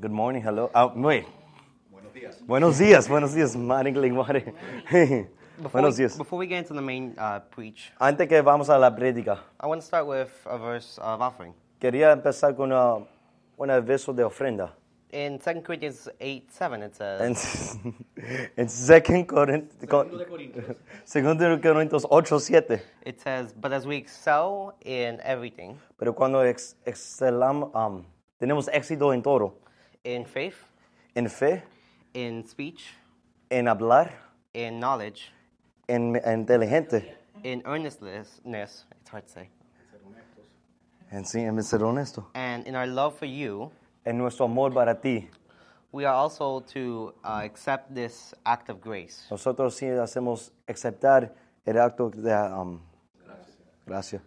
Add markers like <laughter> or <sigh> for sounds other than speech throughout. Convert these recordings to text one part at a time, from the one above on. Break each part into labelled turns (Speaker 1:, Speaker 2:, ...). Speaker 1: Good morning, hello. Ah, wait. Buenos días. Buenos días, buenos días, Maring Lenguare. <laughs> buenos días.
Speaker 2: Before we get into the main uh, preach,
Speaker 1: Antes que vamos a la prédica,
Speaker 2: I want to start with a verse of offering.
Speaker 1: quería empezar con una, un aviso de ofrenda.
Speaker 2: In 2 Corinthians 8 7, it says,
Speaker 1: En, <laughs> en 2 Corintios, <laughs> segundo de Corintios 8, 7.
Speaker 2: It says, But as we excel in everything,
Speaker 1: Pero cuando ex- excelamos, am, tenemos éxito en todo,
Speaker 2: in faith,
Speaker 1: en fe,
Speaker 2: in speech,
Speaker 1: en hablar,
Speaker 2: in knowledge,
Speaker 1: en, en inteligente,
Speaker 2: in earnestness, ness, it's hard to say,
Speaker 1: en sí, en ser honesto,
Speaker 2: and in our love for you,
Speaker 1: en nuestro amor para ti.
Speaker 2: we are also to uh, accept this act of grace.
Speaker 1: Nosotros sí hacemos aceptar el acto de um, gracia.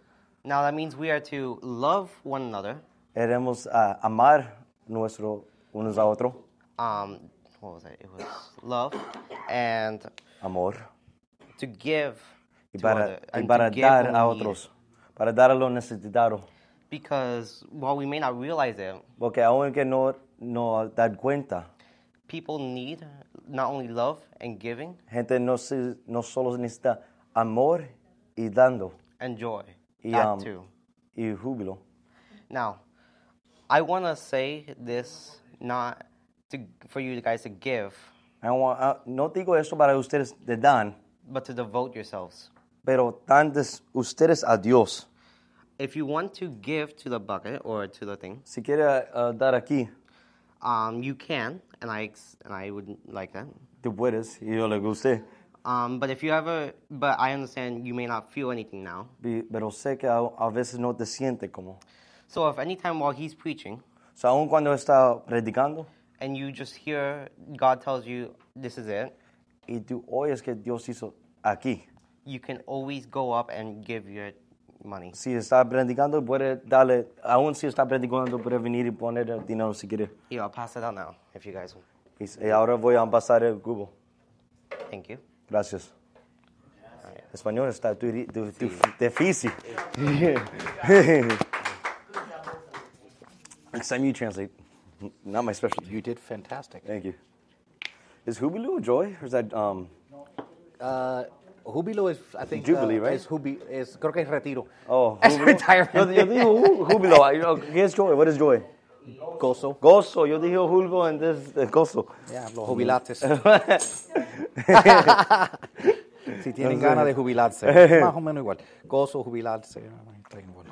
Speaker 2: Now that means we are to love one another.
Speaker 1: Queremos ah, amar nuestro unos a otros,
Speaker 2: Um, what was it? It was love and
Speaker 1: amor,
Speaker 2: to give
Speaker 1: y
Speaker 2: to
Speaker 1: para,
Speaker 2: other-
Speaker 1: y
Speaker 2: and
Speaker 1: para
Speaker 2: to give
Speaker 1: dar
Speaker 2: when
Speaker 1: a
Speaker 2: we need
Speaker 1: otros, para dar a los necesitados.
Speaker 2: it. Because while we may not realize it,
Speaker 1: Porque aunque no, no dan cuenta,
Speaker 2: people need not only love and giving
Speaker 1: gente no, se- no solo necesita amor y dando
Speaker 2: and joy.
Speaker 1: y,
Speaker 2: that
Speaker 1: um,
Speaker 2: too.
Speaker 1: y júbilo.
Speaker 2: Now, I want to say this not to for you guys to give,
Speaker 1: I want- ah, no digo eso para ustedes de dan,
Speaker 2: but to devote yourselves.
Speaker 1: pero tantos ustedes a Dios.
Speaker 2: If you want to give to the bucket or to the thing,
Speaker 1: Si quiere ah, dar aquí,
Speaker 2: um, you can, and I ex- and I would like that.
Speaker 1: Tú puedes, y yo le guste.
Speaker 2: Um, but if you ever, but I understand you may not feel anything now.
Speaker 1: Vi- Pero sé que a, a veces no te sientes como.
Speaker 2: So if any time while he's preaching,
Speaker 1: O sea, aun cuando está predicando
Speaker 2: and you just hear God tells you this is it,
Speaker 1: y tú oyes que Dios hizo aquí.
Speaker 2: you can always go up and give your money.
Speaker 1: Si está predicando, puede darle, aún si está predicando, puede venir y poner el dinero si quiere.
Speaker 2: Here, I'll pass it out now if you guys want.
Speaker 1: Y, s- y ahora voy a pasar el cubo.
Speaker 2: Thank you.
Speaker 1: Gracias. Español está duri- du- du- difícil. Next time you translate. Not my specialty.
Speaker 3: You did fantastic.
Speaker 1: Thank you. Is Hubelu a joy or is that um,
Speaker 3: Uh, júbilo is, I think,
Speaker 1: Jubilee,
Speaker 3: uh,
Speaker 1: right?
Speaker 3: Es jubi es, creo que es retiro.
Speaker 1: Oh,
Speaker 3: <laughs> es
Speaker 1: júbilo. Yo, yo
Speaker 3: retirement.
Speaker 1: digo jú- júbilo. I- oh, ¿Qué es joy? What is joy?
Speaker 3: Gozo.
Speaker 1: Gozo. Yo dije júbilo and this eh, gozo.
Speaker 3: Yeah, los
Speaker 1: <laughs>
Speaker 3: jubilates. si
Speaker 1: No
Speaker 3: tienen
Speaker 1: sé.
Speaker 3: ganas de jubilarse. Más o menos igual. Gozo, jubilarse. está igual.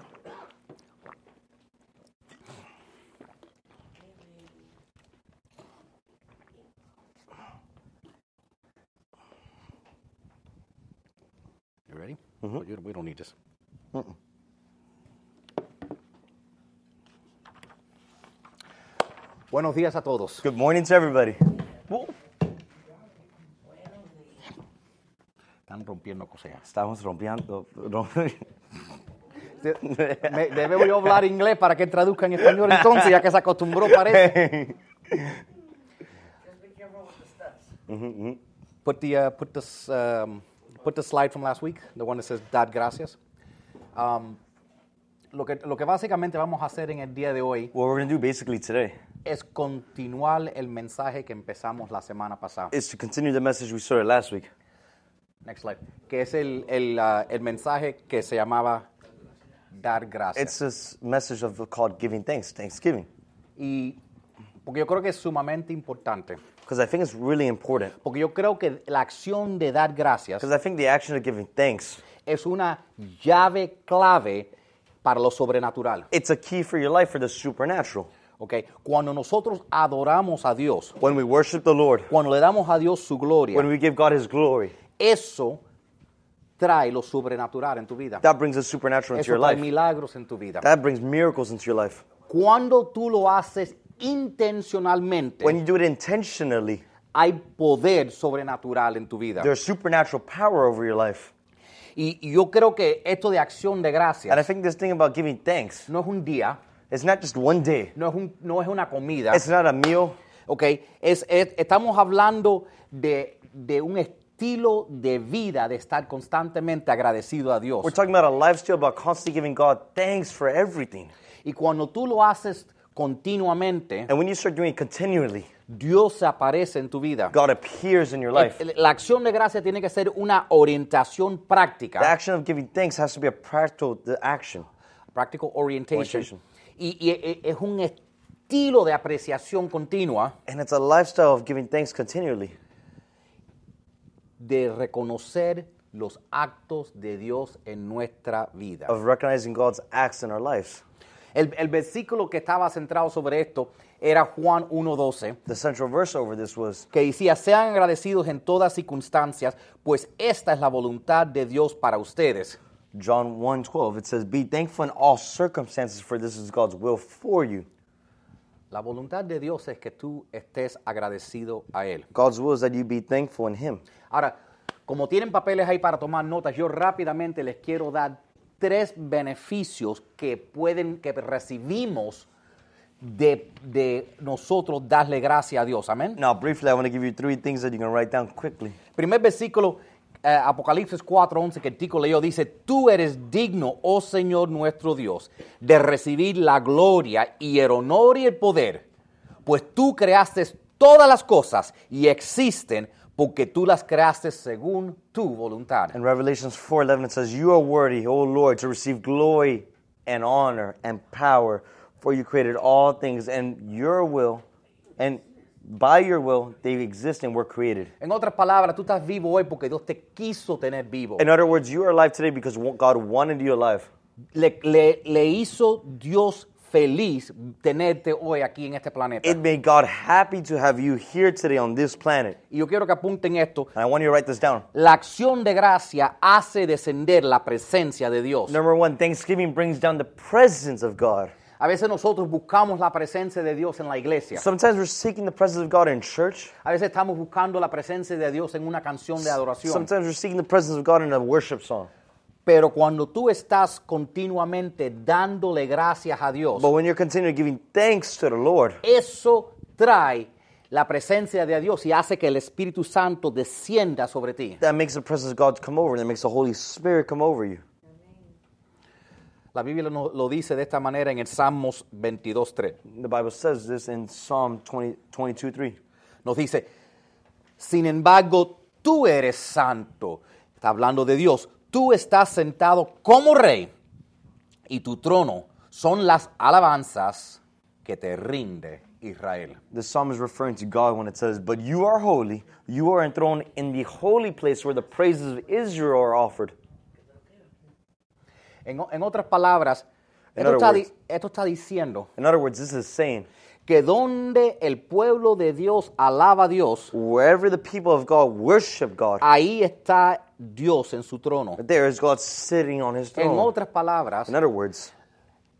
Speaker 3: You ready?
Speaker 1: Mm-hmm.
Speaker 3: Oh, you- we don't need this. Buenos días a todos.
Speaker 1: Good morning to everybody.
Speaker 3: Están rompiendo cosas.
Speaker 1: Estamos rompiendo. rom-
Speaker 3: <laughs> Me- debo yo hablar inglés para que traduzcan en español entonces, ya que se acostumbró, parece. <laughs> Put the, uh, put this, um, put the slide from last week, the one that says dad gracias. Um, lo, que, lo que básicamente vamos a hacer en el día de hoy
Speaker 1: <laughs> What we're going to do basically today
Speaker 3: es continuar el mensaje que empezamos la semana pasada.
Speaker 1: is to continue the message we started last week.
Speaker 3: Next slide. Que es el, el, uh, el mensaje que se llamaba dar gracias.
Speaker 1: It's this message of called giving thanks, Thanksgiving.
Speaker 3: y porque yo creo que es sumamente importante.
Speaker 1: Because I think it's really important.
Speaker 3: Porque yo creo que la acción de dar gracias
Speaker 1: Because I think the action of giving thanks,
Speaker 3: es una llave clave para lo sobrenatural.
Speaker 1: it's a key for your life for the supernatural.
Speaker 3: ¿ok? Cuando nosotros adoramos a Dios,
Speaker 1: When we worship the Lord,
Speaker 3: cuando le damos a Dios su
Speaker 1: when
Speaker 3: gloria,
Speaker 1: we give God His glory,
Speaker 3: eso trae lo sobrenatural en tu vida.
Speaker 1: that brings the supernatural into
Speaker 3: Eso
Speaker 1: your
Speaker 3: trae
Speaker 1: life.
Speaker 3: milagros en tu vida.
Speaker 1: That brings miracles into your life.
Speaker 3: Cuando tú lo haces intencionalmente,
Speaker 1: When you do it intentionally,
Speaker 3: hay poder sobrenatural en tu vida.
Speaker 1: there's supernatural power over your life.
Speaker 3: Y y yo creo que esto de acción de
Speaker 1: And I
Speaker 3: gracias
Speaker 1: think this thing about giving thanks,
Speaker 3: no es un día,
Speaker 1: it's not just one day.
Speaker 3: no es, un- no es una comida.
Speaker 1: It's not a meal.
Speaker 3: ¿ok? Es, es- estamos hablando de, de un estilo de vida, de estar constantemente agradecido a Dios.
Speaker 1: We're talking about a lifestyle about constantly giving God thanks for everything.
Speaker 3: Y cuando tú lo haces continuamente,
Speaker 1: And when you start doing it continually,
Speaker 3: Dios se aparece en tu vida.
Speaker 1: God appears in your life.
Speaker 3: El- La acción de gracia tiene que ser una orientación práctica.
Speaker 1: The action of giving thanks has to be a practical the action.
Speaker 3: practical orientation.
Speaker 1: Orientation.
Speaker 3: Y, y e- e- es un estilo de apreciación continua
Speaker 1: And it's a lifestyle of giving thanks continually.
Speaker 3: de reconocer los actos de Dios en nuestra vida.
Speaker 1: of recognizing God's acts in our lives.
Speaker 3: El, el versículo que estaba centrado sobre esto era Juan 1.12,
Speaker 1: The central verse over this was
Speaker 3: que decía, sean agradecidos en todas circunstancias, pues esta es la voluntad de Dios para ustedes.
Speaker 1: John 1:12. It says, "Be thankful in all circumstances, for this is God's will for you."
Speaker 3: La voluntad de Dios es que tú estés agradecido a Él.
Speaker 1: God's will is that you be thankful in him.
Speaker 3: Ahora, como tienen papeles ahí para tomar notas, yo rápidamente les quiero dar tres beneficios que pueden, que recibimos de, de nosotros darle gracias a Dios. Amén.
Speaker 1: Now, briefly, I want to give you three things that you can write down quickly.
Speaker 3: Primer versículo, eh, Apocalipsis 4:11, que el tico leyó, dice, tú eres digno, oh Señor nuestro Dios, de recibir la gloria y el honor y el poder, pues tú creaste todas las cosas y existen porque tú las creaste según tu voluntad.
Speaker 1: In Revelations 4:11 it says, "You are worthy, O Lord, to receive glory and honor and power, for you created all things, and your will, and by your will they exist and were created."
Speaker 3: En otras palabras, tú estás vivo hoy porque Dios te quiso tener vivo.
Speaker 1: In other words, you are alive today because God wanted you alive.
Speaker 3: Le, le- le hizo Dios feliz tenerte hoy aquí en este planeta.
Speaker 1: It made God happy to have you here today on this planet.
Speaker 3: y yo quiero que apunten esto.
Speaker 1: And I want you to write this down.
Speaker 3: La acción de gracia hace descender la presencia de Dios.
Speaker 1: Number one, Thanksgiving brings down the presence of God.
Speaker 3: A veces nosotros buscamos la presencia de Dios en la iglesia.
Speaker 1: Sometimes we're seeking the presence of God in church.
Speaker 3: A veces estamos buscando la presencia de Dios en una canción de adoración.
Speaker 1: Sometimes we're seeking the presence of God in a worship song.
Speaker 3: Pero cuando tú estás continuamente dándole gracias a Dios,
Speaker 1: But when you're continually giving thanks to the Lord,
Speaker 3: Eso trae la presencia de Dios y hace que el Espíritu Santo descienda sobre ti.
Speaker 1: that makes the presence of God come over. That makes the Holy Spirit come over you.
Speaker 3: La Biblia no- lo dice de esta manera en el Salmos 22.3.
Speaker 1: The Bible says this in Psalm 20, 22 3.
Speaker 3: Nos dice, sin embargo, tú eres santo. Está hablando de Dios. Tú estás sentado como rey y tu trono son las alabanzas que te rinde Israel.
Speaker 1: The psalm is referring to God when it says, But you are holy, you are enthroned in the holy place where the praises of Israel are offered.
Speaker 3: En, o- en otras palabras,
Speaker 1: In
Speaker 3: esto
Speaker 1: other
Speaker 3: está di-
Speaker 1: words.
Speaker 3: esto está diciendo
Speaker 1: In other words, this is saying,
Speaker 3: que donde el pueblo de Dios alaba a Dios,
Speaker 1: wherever the people of God worship God,
Speaker 3: ahí está Dios en su trono.
Speaker 1: there is God sitting on his
Speaker 3: En
Speaker 1: throne.
Speaker 3: otras palabras,
Speaker 1: In other words,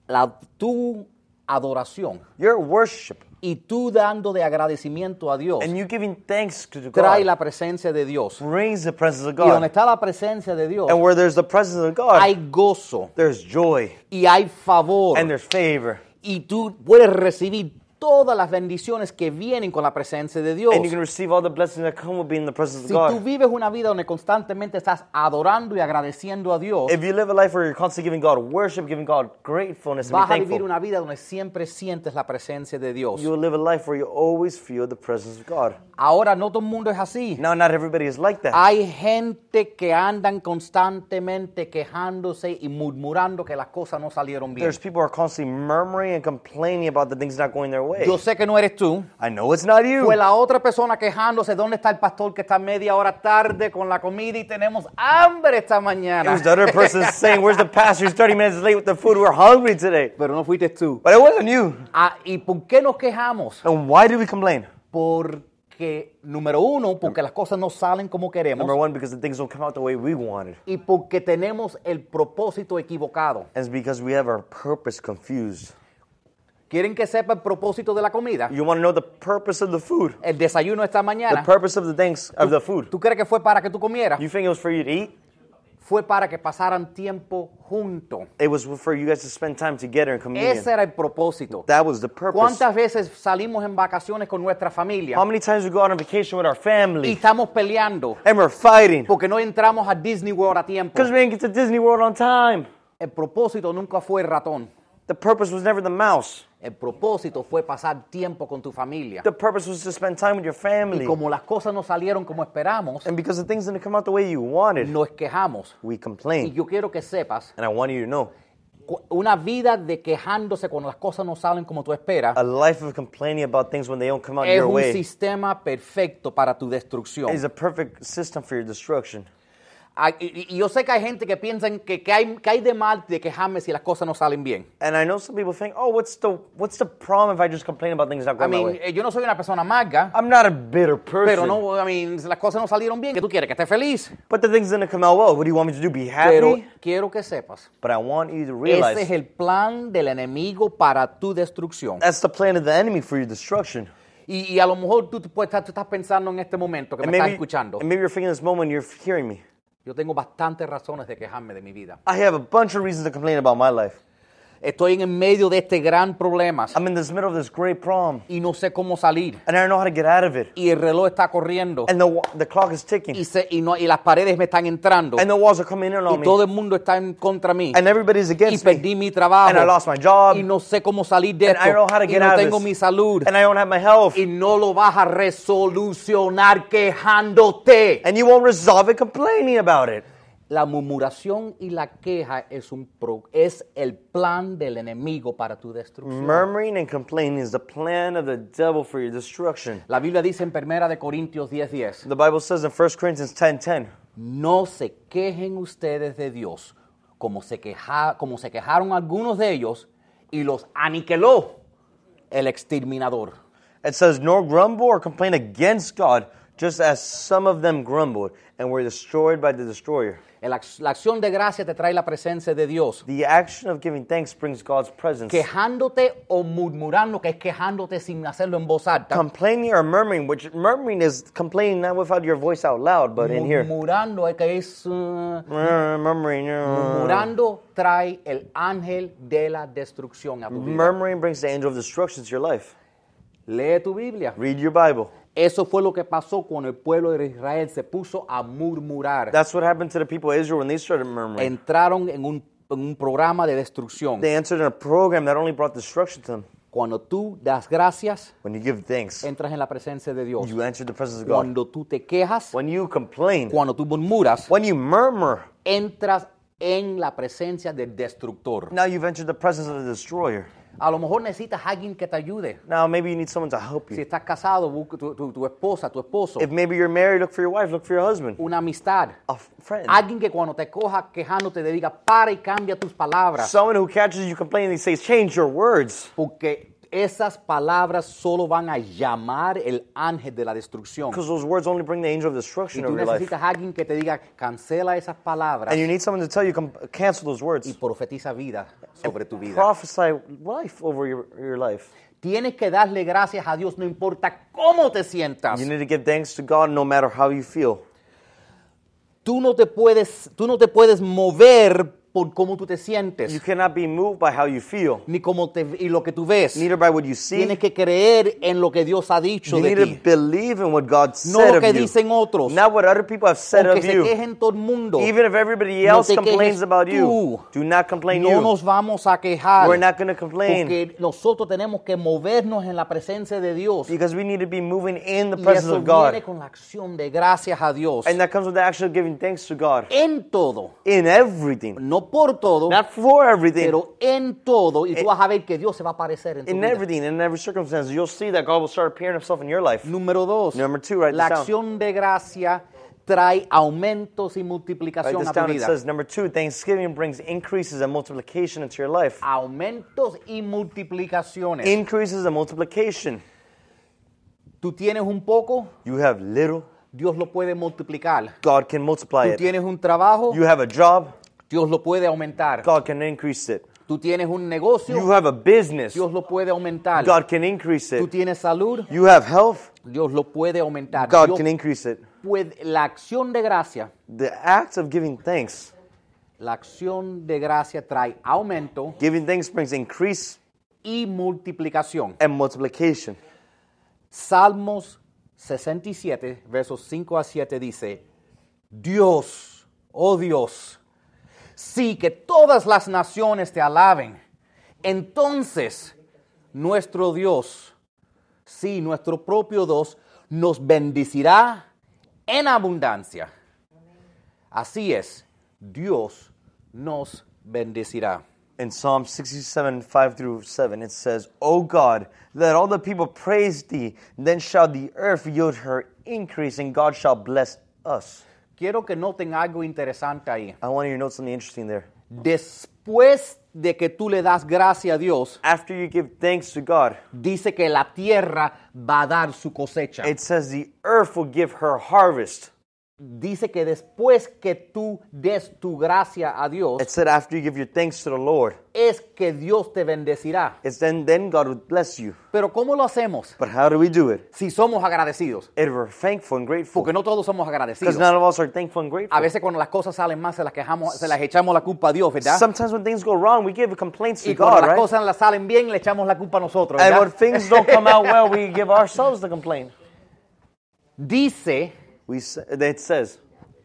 Speaker 3: la, tu adoración
Speaker 1: your worship
Speaker 3: y tú dando de agradecimiento a Dios
Speaker 1: and you giving thanks to
Speaker 3: trae la
Speaker 1: God
Speaker 3: presencia de Dios.
Speaker 1: brings the presence of
Speaker 3: Y donde
Speaker 1: God.
Speaker 3: está la presencia de Dios,
Speaker 1: And where there's the presence of God,
Speaker 3: hay gozo
Speaker 1: there's joy
Speaker 3: y hay favor
Speaker 1: and there's favor.
Speaker 3: y tú puedes recibir todas las bendiciones que vienen con la presencia de Dios.
Speaker 1: And you can receive all the blessings that come with being in the presence of
Speaker 3: Si tú
Speaker 1: God.
Speaker 3: vives una vida donde constantemente estás adorando y agradeciendo a Dios,
Speaker 1: If you live a life where you're constantly giving God worship, giving God gratefulness, and
Speaker 3: Vas
Speaker 1: be
Speaker 3: a vivir
Speaker 1: thankful,
Speaker 3: una vida donde siempre sientes la presencia de Dios.
Speaker 1: you will live a life where you always feel the presence of God.
Speaker 3: Ahora no todo el mundo es así.
Speaker 1: Now, not everybody is like that.
Speaker 3: Hay gente que andan constantemente quejándose y murmurando que las cosas no salieron bien.
Speaker 1: There's people who are constantly murmuring and complaining about the things not going their way.
Speaker 3: Yo sé que no eres tú.
Speaker 1: I know it's not you.
Speaker 3: Fue Pues la otra persona quejándose, ¿dónde está el pastor que está media hora tarde con la comida y tenemos hambre esta
Speaker 1: It
Speaker 3: mañana?
Speaker 1: was the other
Speaker 3: <laughs>
Speaker 1: person saying, Where's the pastor? He's 30 minutes late with the food. We're hungry today.
Speaker 3: Pero no fuiste tú.
Speaker 1: But it wasn't you.
Speaker 3: Ah, ¿Y por qué nos quejamos?
Speaker 1: And why do we complain?
Speaker 3: Porque, número uno, porque las cosas no salen como queremos.
Speaker 1: Number one, because the things don't come out the way we wanted.
Speaker 3: y porque tenemos el propósito equivocado.
Speaker 1: It's because we have our purpose confused.
Speaker 3: ¿Quieren que sepa el propósito de la comida?
Speaker 1: You want to know the purpose of the food,
Speaker 3: El desayuno esta
Speaker 1: the
Speaker 3: mañana.
Speaker 1: purpose of the things of the food.
Speaker 3: ¿Tú crees que fue para que tú comieras?
Speaker 1: You think it was for you to eat?
Speaker 3: Fue para que pasaran tiempo juntos.
Speaker 1: It was for you guys to spend time together and communion.
Speaker 3: Ese era el propósito.
Speaker 1: That was the purpose.
Speaker 3: ¿Cuántas veces salimos en vacaciones con nuestra familia
Speaker 1: How many times we go out on vacation with our
Speaker 3: y
Speaker 1: family
Speaker 3: estamos peleando
Speaker 1: and we're fighting
Speaker 3: porque no entramos a Disney World a tiempo?
Speaker 1: because we didn't get to Disney World on time?
Speaker 3: El propósito nunca fue el ratón.
Speaker 1: The purpose was never the mouse.
Speaker 3: El propósito fue pasar tiempo con tu familia.
Speaker 1: The purpose was to spend time with your
Speaker 3: Y
Speaker 1: family.
Speaker 3: como las cosas no salieron como esperamos,
Speaker 1: And because the things didn't come out the way you wanted,
Speaker 3: nos quejamos.
Speaker 1: we
Speaker 3: Y
Speaker 1: complained.
Speaker 3: yo quiero que sepas,
Speaker 1: And I want you to know
Speaker 3: cu- una vida de quejándose cuando las cosas no salen como tú esperas
Speaker 1: a life of complaining about things when they don't come out
Speaker 3: es
Speaker 1: your
Speaker 3: un
Speaker 1: way
Speaker 3: sistema perfecto para tu destrucción.
Speaker 1: is a perfect system for your destruction.
Speaker 3: Ah, Y, y- y yo sé que hay gente que piensa en que, que hay, que hay de mal de quejarme si las cosas no salen bien.
Speaker 1: And I know some people think, oh, what's the what's the problem if I just complain about things not
Speaker 3: I
Speaker 1: going my
Speaker 3: mean,
Speaker 1: way?
Speaker 3: eh, yo no soy una persona amarga,
Speaker 1: I'm not a bitter person.
Speaker 3: Ah, pero no, I mean, si las cosas no salieron bien, ¿qué tú quieres? Que esté feliz.
Speaker 1: But the things didn't come out well. What do you want me to do? Be happy?
Speaker 3: Pero quiero que sepas,
Speaker 1: but I want you to
Speaker 3: ese es
Speaker 1: realize
Speaker 3: el plan del enemigo para tu destrucción.
Speaker 1: that's the plan of the enemy for your destruction.
Speaker 3: Y, y a lo mejor tú, te puedes estar- tú estás pensando en este momento que me estás escuchando.
Speaker 1: and maybe you're thinking this moment, you're hearing me.
Speaker 3: Yo tengo bastantes razones de quejarme de mi vida.
Speaker 1: I have a bunch of reasons to complain about my life.
Speaker 3: Estoy en el medio de este gran problema
Speaker 1: I'm in this middle of this great problem,
Speaker 3: y no sé cómo salir.
Speaker 1: and I don't know how to get out of it.
Speaker 3: Y el reloj está corriendo
Speaker 1: And the, wa- the clock is
Speaker 3: y,
Speaker 1: ticking,
Speaker 3: se- y Eh, no, Eh, y las paredes me están entrando.
Speaker 1: and the walls are coming in on
Speaker 3: y
Speaker 1: me,
Speaker 3: todo el mundo está en contra mí.
Speaker 1: and everybody's
Speaker 3: y
Speaker 1: against me,
Speaker 3: perdí mi trabajo.
Speaker 1: and I lost my job,
Speaker 3: y no sé cómo salir de
Speaker 1: and
Speaker 3: esto.
Speaker 1: I don't know how to
Speaker 3: Y
Speaker 1: get
Speaker 3: no
Speaker 1: out
Speaker 3: tengo
Speaker 1: of
Speaker 3: mi
Speaker 1: this,
Speaker 3: salud.
Speaker 1: and I don't have my health,
Speaker 3: y no lo vas a resolucionar quejándote.
Speaker 1: and you won't resolve it complaining about it.
Speaker 3: La murmuración y la queja es, un pro- es el plan del enemigo para tu destrucción.
Speaker 1: Murmuring and complaining is the plan of the devil for your destruction.
Speaker 3: La Biblia dice en 1 de Corintios 10:10,
Speaker 1: The Bible says in 1 Corinthians 10.10,
Speaker 3: no se quejen ustedes de Dios como se, queja- como se quejaron algunos de ellos y los aniquiló el exterminador.
Speaker 1: it says, Nor grumble or complain against God, just as some of them grumbled and were destroyed by the destroyer.
Speaker 3: El ac- la acción de gracia te trae la presencia de Dios.
Speaker 1: The action of giving thanks brings God's presence.
Speaker 3: Quejándote o murmurando, que es quejándote sin hacerlo en voz alta.
Speaker 1: Complaining or murmuring, which murmuring is complaining not without your voice out loud, but in here.
Speaker 3: Murmurando es que es... uh,
Speaker 1: Murmur- Murmuring. uh,
Speaker 3: Murmurando trae el ángel de la destrucción a tu vida.
Speaker 1: Murmuring brings the angel of destruction to your life.
Speaker 3: Lee tu Biblia.
Speaker 1: Read your Bible.
Speaker 3: Eso fue lo que pasó cuando el pueblo de Israel se puso a murmurar.
Speaker 1: That's what happened to the people of Israel when they started murmuring.
Speaker 3: Entraron en un, en un programa de destrucción.
Speaker 1: They entered in a program that only brought destruction to them.
Speaker 3: Cuando tú das gracias,
Speaker 1: When you give thanks,
Speaker 3: entras en la presencia de Dios.
Speaker 1: you enter the presence of God.
Speaker 3: Cuando tú te quejas,
Speaker 1: When you complain,
Speaker 3: cuando tú murmuras,
Speaker 1: when you murmur,
Speaker 3: entras en la presencia del destructor.
Speaker 1: now you've entered the presence of the destroyer.
Speaker 3: A lo mejor necesitas a alguien que te ayude.
Speaker 1: Now maybe you need someone to help
Speaker 3: Si
Speaker 1: you.
Speaker 3: estás casado, busca tu, tu- tu esposa, tu esposo,
Speaker 1: If maybe you're married, look for your wife, look for your husband,
Speaker 3: una amistad.
Speaker 1: a f- friend.
Speaker 3: Alguien que cuando te coja quejándote te diga, para y cambia tus palabras.
Speaker 1: Someone who catches you complaining, they say, change your words.
Speaker 3: porque esas palabras solo van a llamar el ángel de la destrucción.
Speaker 1: Because those words only bring the angel of
Speaker 3: Y
Speaker 1: destruction
Speaker 3: tú
Speaker 1: over your life.
Speaker 3: necesitas a alguien que te diga, cancela esas palabras
Speaker 1: And you need someone to tell you, com- cancel those
Speaker 3: y
Speaker 1: words.
Speaker 3: profetiza vida sobre tu vida.
Speaker 1: Prophesy life over your, your life.
Speaker 3: Tienes que darle gracias a Dios, no importa cómo te sientas.
Speaker 1: You need to give thanks to God no matter how you feel.
Speaker 3: Tú no te puedes, tú no te puedes mover por cómo tú te
Speaker 1: You
Speaker 3: sientes,
Speaker 1: cannot be moved by how you feel,
Speaker 3: ni cómo te y lo que tú ves.
Speaker 1: neither by what you see.
Speaker 3: Tienes que creer en lo que Dios ha dicho
Speaker 1: You
Speaker 3: de
Speaker 1: need to
Speaker 3: ti.
Speaker 1: believe in what God
Speaker 3: No
Speaker 1: said
Speaker 3: lo que
Speaker 1: of you.
Speaker 3: dicen otros.
Speaker 1: Not what other people have said
Speaker 3: Aunque
Speaker 1: of
Speaker 3: se
Speaker 1: you.
Speaker 3: quejen todo el mundo,
Speaker 1: Even if everybody
Speaker 3: No
Speaker 1: else
Speaker 3: te
Speaker 1: complains
Speaker 3: quejes
Speaker 1: about you,
Speaker 3: tú.
Speaker 1: do not complain
Speaker 3: no
Speaker 1: you.
Speaker 3: nos vamos a quejar.
Speaker 1: We're not going to complain
Speaker 3: Porque nosotros tenemos que movernos en la presencia de Dios. Y
Speaker 1: because we need to be moving in the presence
Speaker 3: eso
Speaker 1: of God.
Speaker 3: viene con la acción de gracias a Dios.
Speaker 1: And that comes with the action of giving thanks to God
Speaker 3: En todo.
Speaker 1: in everything,
Speaker 3: Eh. No por todo,
Speaker 1: not for everything.
Speaker 3: pero en todo. Y tú vas a ver que Dios se va a aparecer en tu
Speaker 1: in
Speaker 3: vida.
Speaker 1: everything, in every circumstance, you'll see that God will start appearing Himself in your life.
Speaker 3: Número dos.
Speaker 1: Number two, write
Speaker 3: la
Speaker 1: this down.
Speaker 3: acción de gracia trae aumentos y
Speaker 1: Write
Speaker 3: multiplicación
Speaker 1: this
Speaker 3: a tu
Speaker 1: down. It
Speaker 3: vida.
Speaker 1: says number two, Thanksgiving brings increases and multiplication into your life.
Speaker 3: Ah, Aumentos y multiplicaciones.
Speaker 1: Increases and multiplication.
Speaker 3: tú tienes un poco,
Speaker 1: You have little,
Speaker 3: Dios lo puede multiplicar.
Speaker 1: God can multiply
Speaker 3: Tú
Speaker 1: it.
Speaker 3: tienes un trabajo,
Speaker 1: You have a job,
Speaker 3: Dios lo puede aumentar.
Speaker 1: God can increase it.
Speaker 3: Tú tienes un
Speaker 1: You
Speaker 3: negocio,
Speaker 1: have a business,
Speaker 3: Dios lo puede aumentar.
Speaker 1: God can increase
Speaker 3: Tú
Speaker 1: it.
Speaker 3: tienes salud,
Speaker 1: You have health,
Speaker 3: Dios lo puede aumentar.
Speaker 1: God
Speaker 3: Dios
Speaker 1: can increase it.
Speaker 3: puede- la acción de gracia,
Speaker 1: The act of giving thanks,
Speaker 3: la acción de gracia trae aumento
Speaker 1: giving thanks brings increase
Speaker 3: y multiplicación.
Speaker 1: and multiplication.
Speaker 3: Salmos 67, versos 5 a 7 dice, Dios, oh Dios, sí que todas las naciones te alaben, entonces nuestro Dios, sí, nuestro propio Dios, nos bendecirá en abundancia. Así es, Dios nos bendecirá.
Speaker 1: In Psalm 67, 5 through 7, it says, O God, let all the people praise thee, then shall the earth yield her increase, and God shall bless us.
Speaker 3: Quiero que noten algo interesante ahí.
Speaker 1: I want you to note something interesting there.
Speaker 3: Después de que tú le das gracia a Dios,
Speaker 1: After you give thanks to God,
Speaker 3: dice que la tierra va a dar su cosecha.
Speaker 1: it says the earth will give her harvest.
Speaker 3: Dice que después que tú des tu gracia a Dios,
Speaker 1: It said after you give your thanks to the Lord,
Speaker 3: es que Dios te bendecirá.
Speaker 1: it's then then God will bless you.
Speaker 3: Pero ¿cómo lo hacemos?
Speaker 1: But how do we do it?
Speaker 3: Si somos agradecidos.
Speaker 1: If we're thankful and grateful.
Speaker 3: Porque no todos somos
Speaker 1: Because
Speaker 3: agradecidos.
Speaker 1: none of us are thankful and
Speaker 3: A
Speaker 1: grateful.
Speaker 3: veces cuando las cosas salen mal, se las, quejamos, se las echamos la culpa a Dios, ¿verdad?
Speaker 1: Sometimes when things go wrong, we give complaints to
Speaker 3: y cuando
Speaker 1: God,
Speaker 3: las
Speaker 1: right?
Speaker 3: cosas las salen bien, le echamos la culpa a nosotros,
Speaker 1: And
Speaker 3: ¿verdad?
Speaker 1: when things don't come out well, we give ourselves the complaint.
Speaker 3: <laughs> Dice,
Speaker 1: We s- it says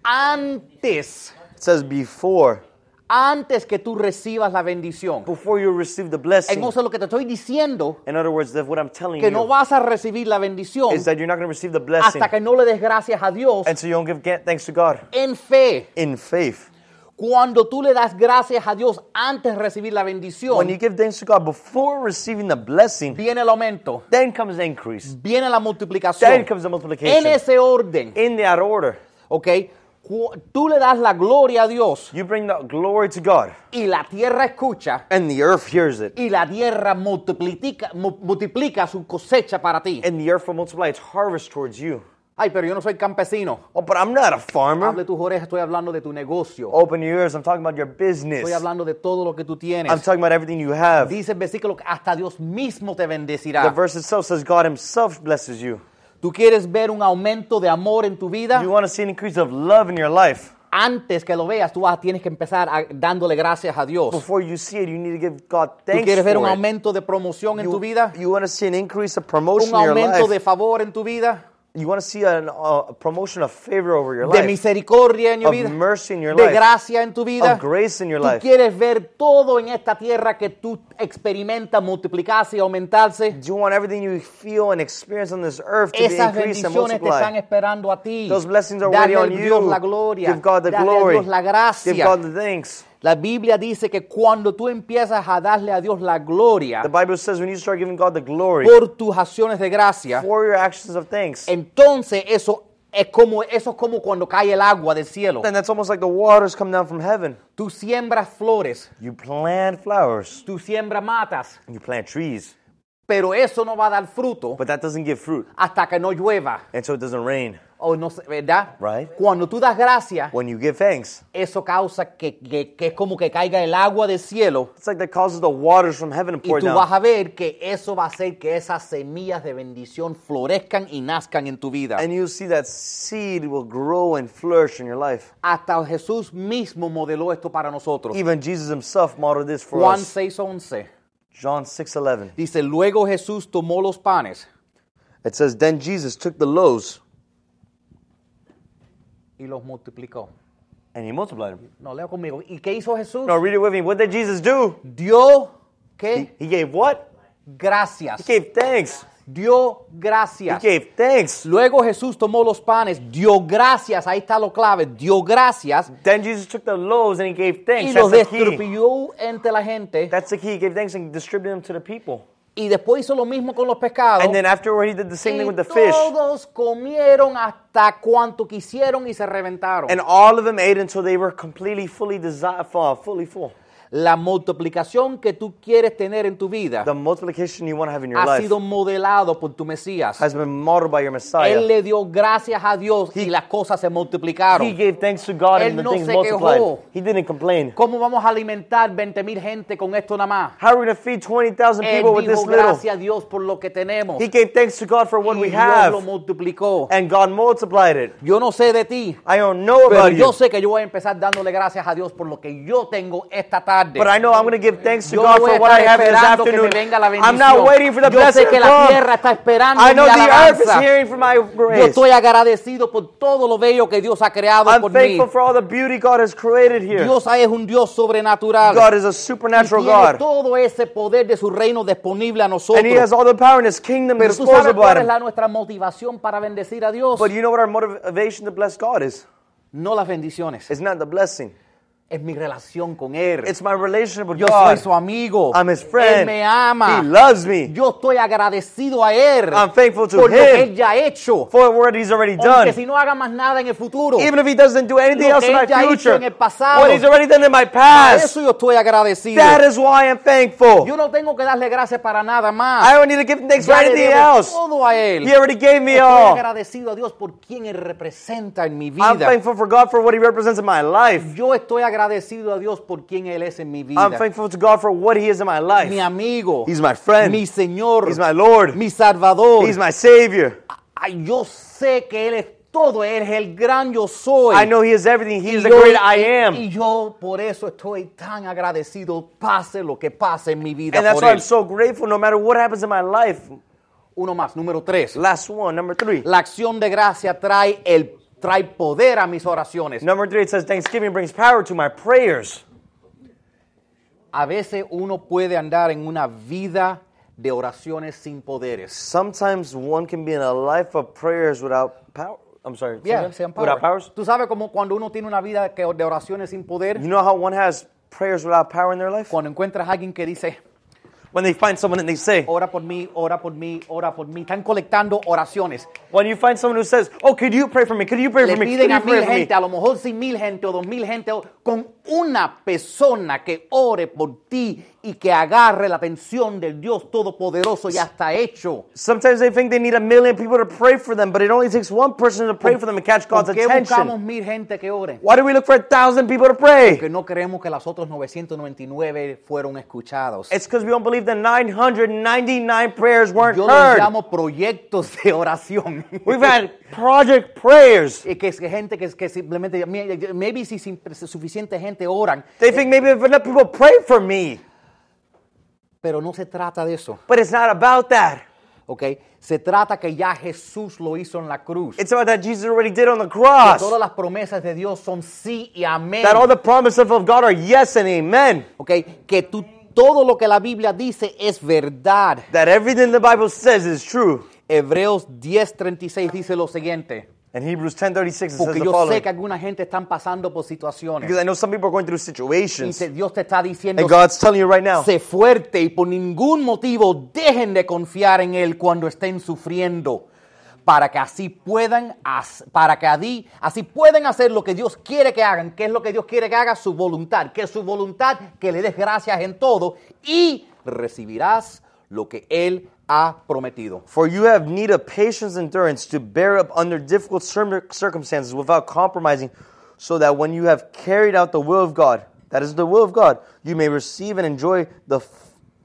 Speaker 3: antes,
Speaker 1: it says before
Speaker 3: antes que tú recibas la bendición.
Speaker 1: before you receive the blessing.
Speaker 3: Entonces lo que te estoy diciendo,
Speaker 1: In other words, that what I'm telling
Speaker 3: que no
Speaker 1: you
Speaker 3: vas a recibir la bendición
Speaker 1: is that you're not going to receive the blessing,
Speaker 3: hasta que no le des gracias a Dios
Speaker 1: and so you don't give ga- thanks to God
Speaker 3: en fe.
Speaker 1: in faith.
Speaker 3: Cuando tú le das gracias a Dios antes de recibir la
Speaker 1: When you
Speaker 3: bendición,
Speaker 1: give thanks to God before receiving the blessing,
Speaker 3: viene el aumento,
Speaker 1: then comes the increase.
Speaker 3: viene la
Speaker 1: Then
Speaker 3: multiplicación.
Speaker 1: comes the multiplication.
Speaker 3: En ese orden,
Speaker 1: in that order.
Speaker 3: ¿ok? Cu- Tú le das la gloria a Dios
Speaker 1: You bring the glory to God,
Speaker 3: y la tierra escucha
Speaker 1: and the earth hears it,
Speaker 3: y la tierra multiplica, mu- multiplica su cosecha para ti.
Speaker 1: and the earth will multiply its harvest towards you.
Speaker 3: Ay, pero yo no soy campesino.
Speaker 1: Oh, but I'm not a farmer.
Speaker 3: Hable tus orejas, estoy hablando de tu negocio.
Speaker 1: Open your ears. I'm talking about your
Speaker 3: Estoy
Speaker 1: business.
Speaker 3: hablando de todo lo que tú
Speaker 1: I'm
Speaker 3: tienes.
Speaker 1: talking about everything you have.
Speaker 3: Dice el versículo que hasta Dios mismo te
Speaker 1: The
Speaker 3: bendecirá.
Speaker 1: verse itself says God Himself blesses you.
Speaker 3: ¿Tú quieres ver un aumento de amor en tu vida?
Speaker 1: You want to see an increase of love in your life.
Speaker 3: Antes que lo veas, tú vas- tienes que empezar a- dándole gracias a Dios. ¿Tú
Speaker 1: Before you see it, you need to give God thanks
Speaker 3: quieres ver un
Speaker 1: for it.
Speaker 3: aumento de promoción en tu
Speaker 1: You,
Speaker 3: vida?
Speaker 1: you want to see an increase of promotion
Speaker 3: ¿Un
Speaker 1: in your
Speaker 3: aumento de
Speaker 1: life.
Speaker 3: favor en tu vida?
Speaker 1: You want to see an, uh, a promotion of favor over your
Speaker 3: ¿De
Speaker 1: life,
Speaker 3: misericordia en tu
Speaker 1: of
Speaker 3: vida?
Speaker 1: mercy in your
Speaker 3: de
Speaker 1: life,
Speaker 3: gracia en tu vida.
Speaker 1: of grace in your
Speaker 3: Tú
Speaker 1: life.
Speaker 3: quieres ver todo en esta tierra que tú experimentas multiplicarse y aumentarse.
Speaker 1: Do you want everything you feel and experience on this earth to be
Speaker 3: Esas
Speaker 1: increased and
Speaker 3: bendiciones te están
Speaker 1: multiplied?
Speaker 3: esperando a ti.
Speaker 1: Those blessings are
Speaker 3: Dale
Speaker 1: waiting
Speaker 3: a
Speaker 1: on
Speaker 3: Dios
Speaker 1: you.
Speaker 3: la gloria.
Speaker 1: Give God the
Speaker 3: Dale
Speaker 1: glory.
Speaker 3: a Dios la gracia.
Speaker 1: Give God the thanks.
Speaker 3: La Biblia dice que cuando tú empiezas a darle a Dios la gloria
Speaker 1: The Bible says when you start giving God the glory
Speaker 3: por tus acciones de gracia,
Speaker 1: for your actions of thanks,
Speaker 3: entonces eso es como eso es como cuando cae el agua del cielo.
Speaker 1: then that's almost like the waters come down from heaven.
Speaker 3: Tú siembras flores,
Speaker 1: You plant flowers,
Speaker 3: tú siembras matas,
Speaker 1: you plant trees,
Speaker 3: pero eso no va a dar fruto
Speaker 1: but that doesn't give fruit,
Speaker 3: hasta que no llueva.
Speaker 1: and so it doesn't rain.
Speaker 3: o no sé, ¿verdad?
Speaker 1: Right.
Speaker 3: Cuando tú das gracia,
Speaker 1: When you give thanks,
Speaker 3: eso causa que, que- que es como que caiga el agua del cielo
Speaker 1: it's like that causes the waters from heaven to
Speaker 3: y
Speaker 1: pour
Speaker 3: tú vas
Speaker 1: down.
Speaker 3: a ver que eso va a hacer que esas semillas de bendición florezcan y nazcan en tu vida.
Speaker 1: And you'll see that seed will grow and flourish in your life.
Speaker 3: Hasta Jesús mismo modeló esto para nosotros.
Speaker 1: Even Jesus himself modeled this for
Speaker 3: Juan
Speaker 1: us.
Speaker 3: 6:11
Speaker 1: John 6:11.
Speaker 3: dice, luego Jesús tomó los panes
Speaker 1: It says, Then Jesus took the loaves
Speaker 3: y los multiplicó.
Speaker 1: and he multiplied them.
Speaker 3: No, leo conmigo. ¿Y qué hizo Jesús?
Speaker 1: No, read it with me. What did Jesus do?
Speaker 3: Dio, ¿qué?
Speaker 1: He gave what?
Speaker 3: Gracias.
Speaker 1: He gave thanks.
Speaker 3: Dio
Speaker 1: He
Speaker 3: gracias.
Speaker 1: gave thanks.
Speaker 3: Luego Jesús tomó los panes, dio gracias, ahí está lo clave, dio gracias
Speaker 1: Then Jesus took the loaves and he gave
Speaker 3: y
Speaker 1: thanks.
Speaker 3: los
Speaker 1: That's the key.
Speaker 3: distribuyó entre la gente
Speaker 1: That's the key. He gave thanks and distributed them to the people.
Speaker 3: y después hizo lo mismo con los pescados.
Speaker 1: And then afterward, he did the same thing
Speaker 3: Y
Speaker 1: with the fish.
Speaker 3: todos comieron hasta cuanto quisieron y se reventaron.
Speaker 1: And all of them ate until they were completely, fully, desi- uh, fully full.
Speaker 3: la multiplicación que tú quieres tener en tu vida
Speaker 1: The multiplication you want to have in your
Speaker 3: ha
Speaker 1: life
Speaker 3: sido modelado por tu Mesías.
Speaker 1: has been modeled by your
Speaker 3: Él
Speaker 1: Messiah.
Speaker 3: le dio gracias a Dios y las cosas se multiplicaron.
Speaker 1: He gave thanks to God
Speaker 3: Él
Speaker 1: and the
Speaker 3: no
Speaker 1: things
Speaker 3: se
Speaker 1: multiplied.
Speaker 3: quejó.
Speaker 1: He didn't complain.
Speaker 3: ¿Cómo vamos a alimentar 20 mil gente con esto nada más?
Speaker 1: How are we going to feed 20,000
Speaker 3: Él
Speaker 1: people with this
Speaker 3: dijo
Speaker 1: little?
Speaker 3: gracias a Dios por lo que tenemos.
Speaker 1: He gave thanks to God for what
Speaker 3: y
Speaker 1: we
Speaker 3: Dios lo
Speaker 1: have,
Speaker 3: multiplicó.
Speaker 1: and God multiplied it.
Speaker 3: Yo no sé de ti,
Speaker 1: I don't know
Speaker 3: pero
Speaker 1: about
Speaker 3: yo
Speaker 1: you,
Speaker 3: sé que yo voy a empezar dándole gracias a Dios por lo que yo tengo esta tarde.
Speaker 1: But I know I'm going to give thanks to
Speaker 3: Yo
Speaker 1: God
Speaker 3: no voy
Speaker 1: for
Speaker 3: a
Speaker 1: what I
Speaker 3: estar
Speaker 1: have this
Speaker 3: esperando que me
Speaker 1: afternoon.
Speaker 3: venga la
Speaker 1: I'm not
Speaker 3: bendición.
Speaker 1: waiting for the
Speaker 3: Yo sé
Speaker 1: blessing
Speaker 3: que
Speaker 1: to
Speaker 3: la
Speaker 1: come.
Speaker 3: tierra está esperando
Speaker 1: I know
Speaker 3: mi
Speaker 1: the earth is
Speaker 3: alabanza.
Speaker 1: hearing for my
Speaker 3: Yo
Speaker 1: grace.
Speaker 3: estoy agradecido por todo lo bello que Dios ha creado
Speaker 1: I'm
Speaker 3: por mí.
Speaker 1: thankful for all the beauty God has created here.
Speaker 3: Dios es un Dios sobrenatural.
Speaker 1: God is a
Speaker 3: Y
Speaker 1: supernatural
Speaker 3: tiene
Speaker 1: God.
Speaker 3: todo ese poder de su reino disponible a nosotros.
Speaker 1: And He has all the power in His kingdom
Speaker 3: Pero tú sabes
Speaker 1: disposable
Speaker 3: cuál
Speaker 1: at
Speaker 3: es
Speaker 1: Him.
Speaker 3: la nuestra motivación para bendecir a Dios.
Speaker 1: But you know what our motivation to bless God is?
Speaker 3: no las bendiciones. Es,
Speaker 1: It's not the blessing.
Speaker 3: mi relación con Él.
Speaker 1: It's my relationship with
Speaker 3: Yo soy
Speaker 1: God.
Speaker 3: su amigo.
Speaker 1: I'm His
Speaker 3: Él
Speaker 1: friend.
Speaker 3: me ama.
Speaker 1: He loves me
Speaker 3: Yo estoy agradecido a Él
Speaker 1: I'm thankful to
Speaker 3: por lo
Speaker 1: him.
Speaker 3: que Él ya ha hecho.
Speaker 1: for what He's already
Speaker 3: Aunque
Speaker 1: done.
Speaker 3: si no haga más nada en el futuro.
Speaker 1: Even if He doesn't do anything
Speaker 3: Lo
Speaker 1: else in
Speaker 3: que
Speaker 1: my
Speaker 3: Él ya hizo
Speaker 1: future,
Speaker 3: en el pasado.
Speaker 1: what He's already done in my
Speaker 3: Por
Speaker 1: past,
Speaker 3: eso yo estoy agradecido.
Speaker 1: that is why I'm thankful.
Speaker 3: Yo no tengo que darle gracias para nada
Speaker 1: I
Speaker 3: más.
Speaker 1: don't need to give thanks for
Speaker 3: Ya le
Speaker 1: anything
Speaker 3: debo
Speaker 1: else.
Speaker 3: todo a Él.
Speaker 1: He already gave me
Speaker 3: Estoy
Speaker 1: all.
Speaker 3: agradecido a Dios por quien Él representa en mi
Speaker 1: I'm
Speaker 3: vida.
Speaker 1: thankful for God for what He represents in my life.
Speaker 3: Yo estoy agradecido a Dios por quien Él es en mi
Speaker 1: I'm
Speaker 3: vida.
Speaker 1: thankful to God for what He is in my life.
Speaker 3: Mi amigo.
Speaker 1: He's my friend.
Speaker 3: Mi Señor.
Speaker 1: He's my Lord.
Speaker 3: Mi Salvador.
Speaker 1: He's my Savior.
Speaker 3: Ay, yo sé que Él es todo. Él es el gran yo soy.
Speaker 1: I know He is everything. He
Speaker 3: Y
Speaker 1: is the
Speaker 3: yo-
Speaker 1: great I am.
Speaker 3: Y yo por eso estoy tan agradecido, pase lo que pase en mi vida
Speaker 1: And that's
Speaker 3: por
Speaker 1: why I'm
Speaker 3: él.
Speaker 1: so grateful no matter what happens in my life.
Speaker 3: Uno más, número tres.
Speaker 1: Last one, number three.
Speaker 3: La acción de gracia trae el trae poder a mis oraciones.
Speaker 1: Number three, it says, Thanksgiving brings power to my prayers.
Speaker 3: A veces uno puede andar en una vida de oraciones sin poderes.
Speaker 1: Sometimes one can be in a life of prayers without power. I'm sorry. say
Speaker 3: Yeah,
Speaker 1: again?
Speaker 3: sean power.
Speaker 1: Without powers?
Speaker 3: Tú sabes como cuando uno tiene una vida que- de oraciones sin poder,
Speaker 1: You know how one has prayers without power in their life?
Speaker 3: cuando encuentras a alguien que dice,
Speaker 1: When they find someone and they say,
Speaker 3: ora por mí, ora por mí, ora por mí, están colectando oraciones.
Speaker 1: when you find someone who says, oh, could you pray for me? Could you pray
Speaker 3: le
Speaker 1: for me? Could
Speaker 3: piden a
Speaker 1: you
Speaker 3: mil
Speaker 1: pray for me?
Speaker 3: gente, a lo mejor sin mil gente o dos mil gente, o- con una persona que ore por ti y que agarre la atención del Dios Todopoderoso ya está hecho.
Speaker 1: Sometimes they think they need a million people to pray for them, but it only takes one person to pray for them and catch
Speaker 3: ¿Por
Speaker 1: God's
Speaker 3: qué buscamos
Speaker 1: attention.
Speaker 3: mil gente que ore?
Speaker 1: Why do we look for a thousand people to pray?
Speaker 3: Porque no creemos que las otros 999 fueron escuchados.
Speaker 1: It's because we don't believe the 999 prayers weren't
Speaker 3: Yo los
Speaker 1: heard.
Speaker 3: llamo proyectos de oración.
Speaker 1: <laughs> We've
Speaker 3: <laughs>
Speaker 1: had project prayers.
Speaker 3: Eh, que es que gente que, que simplemente, mira, maybe si sin- si suficiente gente oran,
Speaker 1: They think maybe if enough people pray for me,
Speaker 3: pero no se trata de eso,
Speaker 1: but it's not about that.
Speaker 3: ¿ok? Se trata que ya Jesús lo hizo en la cruz.
Speaker 1: It's about that Jesus already did on the
Speaker 3: que
Speaker 1: cross.
Speaker 3: todas las promesas de Dios son sí y amén.
Speaker 1: That all the promises of God are yes and amen.
Speaker 3: Ok, Que tú, todo lo que la Biblia dice es verdad.
Speaker 1: That everything the Bible says is true.
Speaker 3: Hebreos 10:36 dice lo siguiente.
Speaker 1: And Hebrews 10:36 it says
Speaker 3: Porque
Speaker 1: the
Speaker 3: yo sé
Speaker 1: following.
Speaker 3: que alguna gente están pasando por situaciones.
Speaker 1: Because I know some people are going through
Speaker 3: Y
Speaker 1: situations,
Speaker 3: te- Dios te está diciendo,
Speaker 1: and God's telling you right now,
Speaker 3: sé fuerte y por ningún motivo dejen de confiar en Él cuando estén sufriendo. Para que así puedan, haz- para que adi- así puedan hacer lo que Dios quiere que hagan. ¿Qué es lo que Dios quiere que haga? Su voluntad. Que es su voluntad, que le des gracias en todo y recibirás lo que Él ha prometido.
Speaker 1: For you have need of patience, endurance to bear up under difficult cir- circumstances without compromising, so that when you have carried out the will of God, that is the will of God, you may receive and enjoy the f-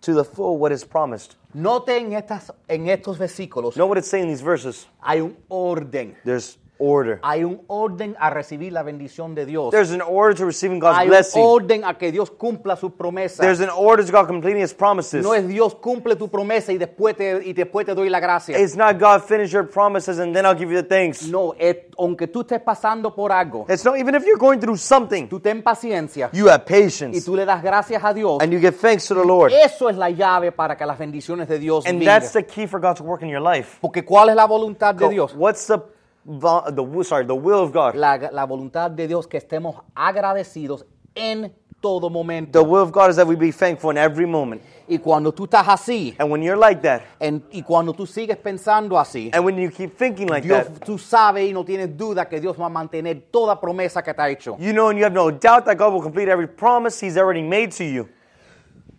Speaker 1: to the full what is promised.
Speaker 3: Noten estas, en estos versículos,
Speaker 1: Know what it's saying in these verses?
Speaker 3: hay un orden.
Speaker 1: There's order.
Speaker 3: Hay un orden a recibir la bendición de Dios.
Speaker 1: There's an order to receiving God's
Speaker 3: Hay
Speaker 1: blessing.
Speaker 3: un orden a que Dios cumpla sus promesas.
Speaker 1: There's an order to God completing His promises.
Speaker 3: No es Dios cumple tu promesa y después te, y después te doy la gracia.
Speaker 1: it's not God finish your promises and then I'll give you the thanks.
Speaker 3: no, es- aunque tú estés pasando por algo,
Speaker 1: It's not even if you're going through something,
Speaker 3: tú ten paciencia
Speaker 1: you have
Speaker 3: y
Speaker 1: patience
Speaker 3: tú le das gracias a Dios.
Speaker 1: and you give thanks to the Lord.
Speaker 3: Eso es la llave para que las bendiciones de Dios
Speaker 1: And
Speaker 3: vengan.
Speaker 1: that's the key for God to work in your life.
Speaker 3: Porque ¿cuál es la voluntad de
Speaker 1: So
Speaker 3: Dios?
Speaker 1: What's the vo- the wi- sorry the will of God?
Speaker 3: La, la voluntad de Dios que estemos agradecidos en todo momento.
Speaker 1: The will of God is that we be thankful in every moment.
Speaker 3: Y cuando tú estás así,
Speaker 1: And when you're like that,
Speaker 3: en- y cuando tú sigues pensando así,
Speaker 1: and when you keep thinking like
Speaker 3: Dios,
Speaker 1: that,
Speaker 3: tú sabes y no tienes duda que Dios va a mantener toda promesa que te ha hecho.
Speaker 1: you know and you have no doubt that God will complete every promise He's already made to you.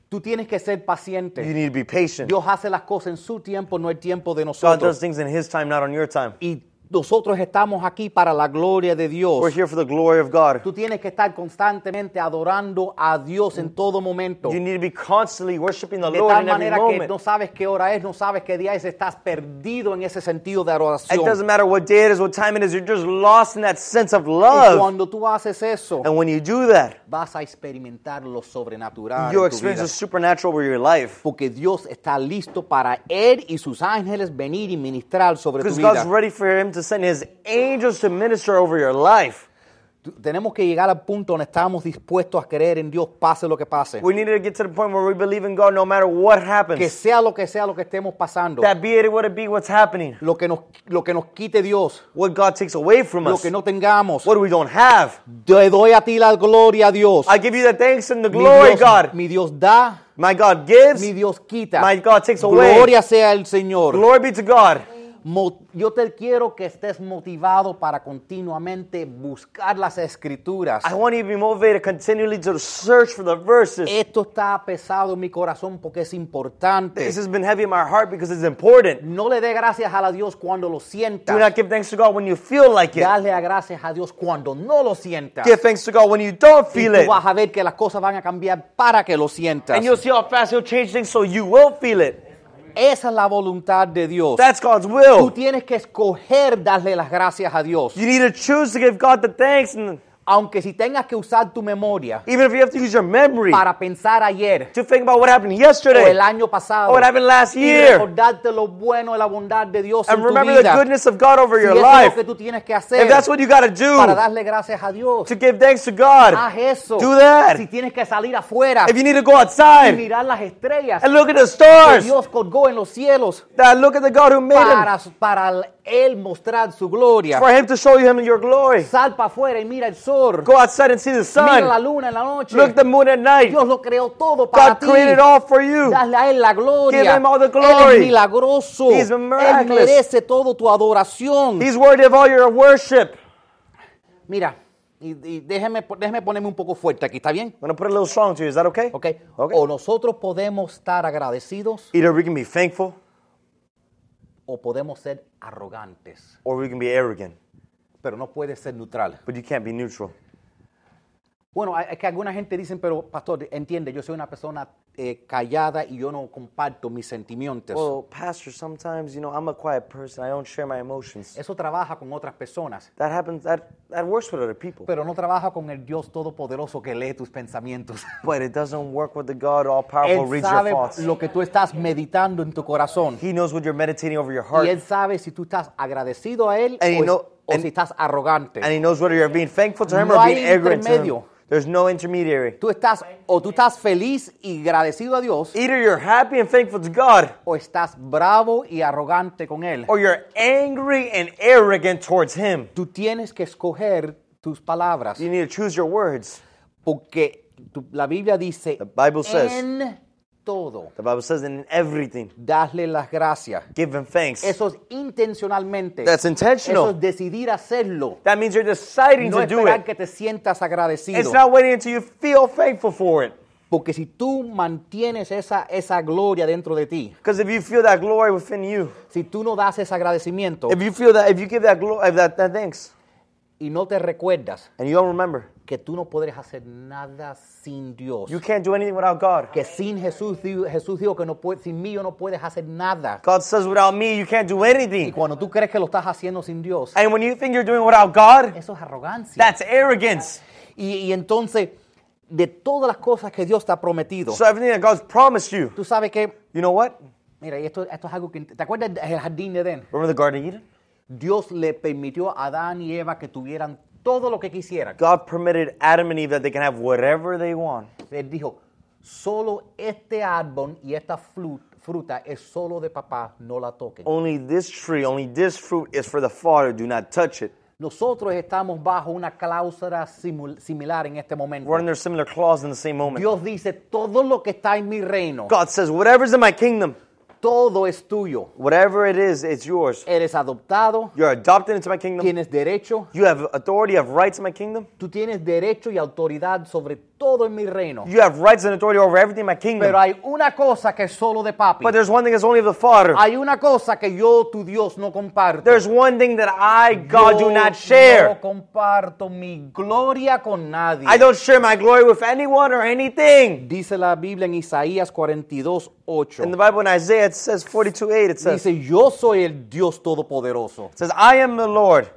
Speaker 3: Tú tienes que ser paciente.
Speaker 1: You need to be patient.
Speaker 3: Dios hace las cosas en su tiempo, no el tiempo de
Speaker 1: God does
Speaker 3: nosotros.
Speaker 1: things in His time, not on your time.
Speaker 3: Y Nosotros estamos aquí para la gloria de Dios.
Speaker 1: We're here for the glory of God.
Speaker 3: Tú tienes que estar constantemente adorando a Dios en todo momento.
Speaker 1: You need to be constantly worshiping the
Speaker 3: De
Speaker 1: Lord
Speaker 3: tal
Speaker 1: in every
Speaker 3: manera que no
Speaker 1: moment.
Speaker 3: sabes qué hora es, no sabes qué día es, estás perdido en ese sentido de adoración.
Speaker 1: It doesn't matter what day it is, what time it is, you're just lost in that sense of
Speaker 3: Y
Speaker 1: love.
Speaker 3: cuando tú haces eso,
Speaker 1: And when you do that,
Speaker 3: vas a experimentar lo sobrenatural.
Speaker 1: you'll
Speaker 3: en tu
Speaker 1: experience
Speaker 3: vida.
Speaker 1: the supernatural over your life.
Speaker 3: Porque Dios está listo para Él y sus ángeles venir y ministrar sobre tu
Speaker 1: Because
Speaker 3: vida.
Speaker 1: God's ready for Him to send His angels to minister over your life.
Speaker 3: Tú- Tenemos que llegar al punto donde estamos dispuestos a creer en Dios, pase lo que pase.
Speaker 1: We need to get to the point where we believe in God no matter what
Speaker 3: Que
Speaker 1: happens.
Speaker 3: sea lo que sea lo que estemos pasando,
Speaker 1: That be it, what it be, what's happening.
Speaker 3: lo que nos, lo que nos quite Dios,
Speaker 1: What God takes away from
Speaker 3: lo
Speaker 1: us.
Speaker 3: que no tengamos,
Speaker 1: What we don't have.
Speaker 3: te doy a ti la gloria, Dios.
Speaker 1: I give you the thanks and the
Speaker 3: Mi
Speaker 1: glory,
Speaker 3: Dios-
Speaker 1: God.
Speaker 3: Mi Dios da,
Speaker 1: My God gives.
Speaker 3: mi Dios quita.
Speaker 1: My God takes away.
Speaker 3: Gloria sea el Señor.
Speaker 1: Glory be to God.
Speaker 3: Mo- Yo te quiero que estés motivado para continuamente buscar las escrituras.
Speaker 1: I want you to be motivated continually to search for the verses.
Speaker 3: Esto está pesado en mi corazón porque es importante.
Speaker 1: This has been heavy in my heart because it's important.
Speaker 3: No le dé gracias a la Dios cuando lo
Speaker 1: Do
Speaker 3: sientas.
Speaker 1: not give thanks to God when you feel like it.
Speaker 3: Dale a gracias a Dios cuando no lo sientas.
Speaker 1: Give thanks to God when you don't
Speaker 3: Y
Speaker 1: feel
Speaker 3: tú
Speaker 1: it.
Speaker 3: vas a ver que las cosas van a cambiar para que lo sientas.
Speaker 1: And you'll see how fast He'll change things so you will feel it.
Speaker 3: Esa es la voluntad de Dios.
Speaker 1: That's God's
Speaker 3: Tú
Speaker 1: will.
Speaker 3: tienes que escoger darle las gracias a Dios.
Speaker 1: You need to choose to give God the thanks, and
Speaker 3: Aunque si tengas que usar tu memoria
Speaker 1: even if you have to use your memory
Speaker 3: para pensar ayer
Speaker 1: to think about what happened
Speaker 3: o el
Speaker 1: yesterday
Speaker 3: año pasado
Speaker 1: or what happened last
Speaker 3: y
Speaker 1: year,
Speaker 3: recordarte lo bueno y la bondad de Dios en
Speaker 1: and
Speaker 3: tu
Speaker 1: remember the
Speaker 3: vida.
Speaker 1: goodness of God over
Speaker 3: Si
Speaker 1: your
Speaker 3: eso es lo
Speaker 1: life.
Speaker 3: que tú tienes que
Speaker 1: If
Speaker 3: hacer
Speaker 1: that's what you got to
Speaker 3: para
Speaker 1: do
Speaker 3: darle gracias a Dios,
Speaker 1: to give thanks to God,
Speaker 3: haz eso.
Speaker 1: do that.
Speaker 3: Si tienes que salir afuera
Speaker 1: if you need to go
Speaker 3: y
Speaker 1: outside
Speaker 3: mirar las estrellas
Speaker 1: and look at the
Speaker 3: que
Speaker 1: stars,
Speaker 3: Dios colgó en los cielos
Speaker 1: that look at the God who made him
Speaker 3: para, para Él mostrar su gloria.
Speaker 1: for him to show you him your glory.
Speaker 3: Sal para afuera y mira el sol.
Speaker 1: Go outside and see the
Speaker 3: Mira la
Speaker 1: sun.
Speaker 3: luna en la noche.
Speaker 1: Look at the moon at night.
Speaker 3: Dios lo creó todo para
Speaker 1: God
Speaker 3: ti.
Speaker 1: created it all for you.
Speaker 3: Dale a Él la gloria.
Speaker 1: Give Him all the
Speaker 3: Él
Speaker 1: glory.
Speaker 3: es milagroso.
Speaker 1: He is
Speaker 3: Él
Speaker 1: miraculous.
Speaker 3: merece todo tu adoración.
Speaker 1: He's worthy of all your worship.
Speaker 3: Mira, y, y déjeme, déjeme ponerme un poco fuerte aquí, ¿está bien?
Speaker 1: I'm going to put a little song to you. Is that okay?
Speaker 3: Ok.
Speaker 1: Ok.
Speaker 3: O nosotros podemos estar agradecidos
Speaker 1: Either we can be thankful
Speaker 3: o podemos ser arrogantes,
Speaker 1: or we can be arrogant,
Speaker 3: pero no puede ser neutral.
Speaker 1: but you can't be neutral.
Speaker 3: Bueno, es que alguna gente dicen, pero pastor, entiende, yo soy una persona eh, callada y yo no comparto mis sentimientos.
Speaker 1: Well, pastor, sometimes you know I'm a quiet person. I don't share my emotions.
Speaker 3: Eso trabaja con otras personas,
Speaker 1: That happens. That that works with other people,
Speaker 3: pero no trabaja con el Dios todopoderoso que lee tus pensamientos.
Speaker 1: but it doesn't work with the God all-powerful
Speaker 3: Él
Speaker 1: reads your
Speaker 3: sabe
Speaker 1: thoughts.
Speaker 3: lo que tú estás meditando en tu corazón.
Speaker 1: He knows what you're meditating over your
Speaker 3: Y
Speaker 1: heart,
Speaker 3: él sabe si tú estás agradecido a él
Speaker 1: And he
Speaker 3: o, es-
Speaker 1: know-
Speaker 3: o
Speaker 1: and-
Speaker 3: si estás arrogante.
Speaker 1: and He knows whether you're being thankful to Him
Speaker 3: No
Speaker 1: or
Speaker 3: hay
Speaker 1: being arrogant to Him.
Speaker 3: intermedio.
Speaker 1: There's no intermediary.
Speaker 3: Tú estás o tú estás feliz y agradecido a Dios
Speaker 1: Either you're happy and thankful to God,
Speaker 3: o estás bravo y arrogante con él.
Speaker 1: or you're angry and arrogant towards Him.
Speaker 3: Tú tienes que escoger tus palabras
Speaker 1: You need to choose your words.
Speaker 3: porque tu- la Biblia dice
Speaker 1: The Bible says-
Speaker 3: en todo
Speaker 1: The Bible says in everything,
Speaker 3: darle las gracias.
Speaker 1: give Him thanks.
Speaker 3: Eso es intencionalmente.
Speaker 1: That's intentional.
Speaker 3: Eso es decidir hacerlo.
Speaker 1: That means you're deciding
Speaker 3: No
Speaker 1: to do
Speaker 3: esperar
Speaker 1: it.
Speaker 3: que te sientas
Speaker 1: It's
Speaker 3: agradecido.
Speaker 1: not waiting until you feel thankful for it.
Speaker 3: Porque si tú mantienes esa, esa gloria dentro de ti,
Speaker 1: Because if you feel that glory within you,
Speaker 3: si tú no das ese agradecimiento
Speaker 1: if you feel that, if you give that glory, that, that thanks,
Speaker 3: y no te recuerdas
Speaker 1: and you don't remember,
Speaker 3: que tú no podrás hacer nada sin Dios,
Speaker 1: you can't do anything without God.
Speaker 3: que sin Jesús, di- Jesús dijo que no puede, sin mí yo no puedes hacer nada.
Speaker 1: God says, without me, you can't do
Speaker 3: Y
Speaker 1: anything.
Speaker 3: cuando tú crees que lo estás haciendo sin Dios,
Speaker 1: And when you think you're doing without God,
Speaker 3: eso es arrogancia.
Speaker 1: that's arrogance.
Speaker 3: Y, y entonces, de todas las cosas que Dios te ha prometido,
Speaker 1: So everything that God's promised you,
Speaker 3: tú sabes que,
Speaker 1: you know what?
Speaker 3: mira, y esto, esto es algo que, ¿te acuerdas del jardín de Edén?
Speaker 1: Remember the Garden of Eden?
Speaker 3: Dios le permitió a Adán y Eva que tuvieran todo lo que quisieran.
Speaker 1: God permitted Adam and Eve that they can have whatever they want.
Speaker 3: Él dijo, solo este árbol y esta flu- fruta es solo de papá, no la toquen.
Speaker 1: Only this tree, only this fruit is for the Father. Do not touch it.
Speaker 3: Nosotros estamos bajo una cláusula simul- similar en este momento.
Speaker 1: We're under similar clause in the same moment.
Speaker 3: Dios dice, todo lo que está en mi reino,
Speaker 1: God says, whatever's in my kingdom,
Speaker 3: todo es tuyo.
Speaker 1: whatever it is, it's yours.
Speaker 3: Eres adoptado,
Speaker 1: You're adopted into my kingdom.
Speaker 3: tienes derecho,
Speaker 1: You have authority, you have rights in my kingdom.
Speaker 3: tú tienes derecho y autoridad sobre todo en mi reino.
Speaker 1: You have rights and authority over everything in my kingdom.
Speaker 3: Pero hay una cosa que es solo de papi.
Speaker 1: but there's one thing that's only of the Father.
Speaker 3: Hay una cosa que yo, tu Dios, no comparto.
Speaker 1: there's one thing that I, God,
Speaker 3: Yo
Speaker 1: do not share.
Speaker 3: No comparto mi gloria con nadie.
Speaker 1: I don't share my glory with anyone or anything.
Speaker 3: Dice la Biblia en Isaías 42, 8.
Speaker 1: In the Bible, in Isaiah, it says 42 8, it says,
Speaker 3: Dice, yo soy el Dios Todopoderoso.
Speaker 1: it says, I am the Lord.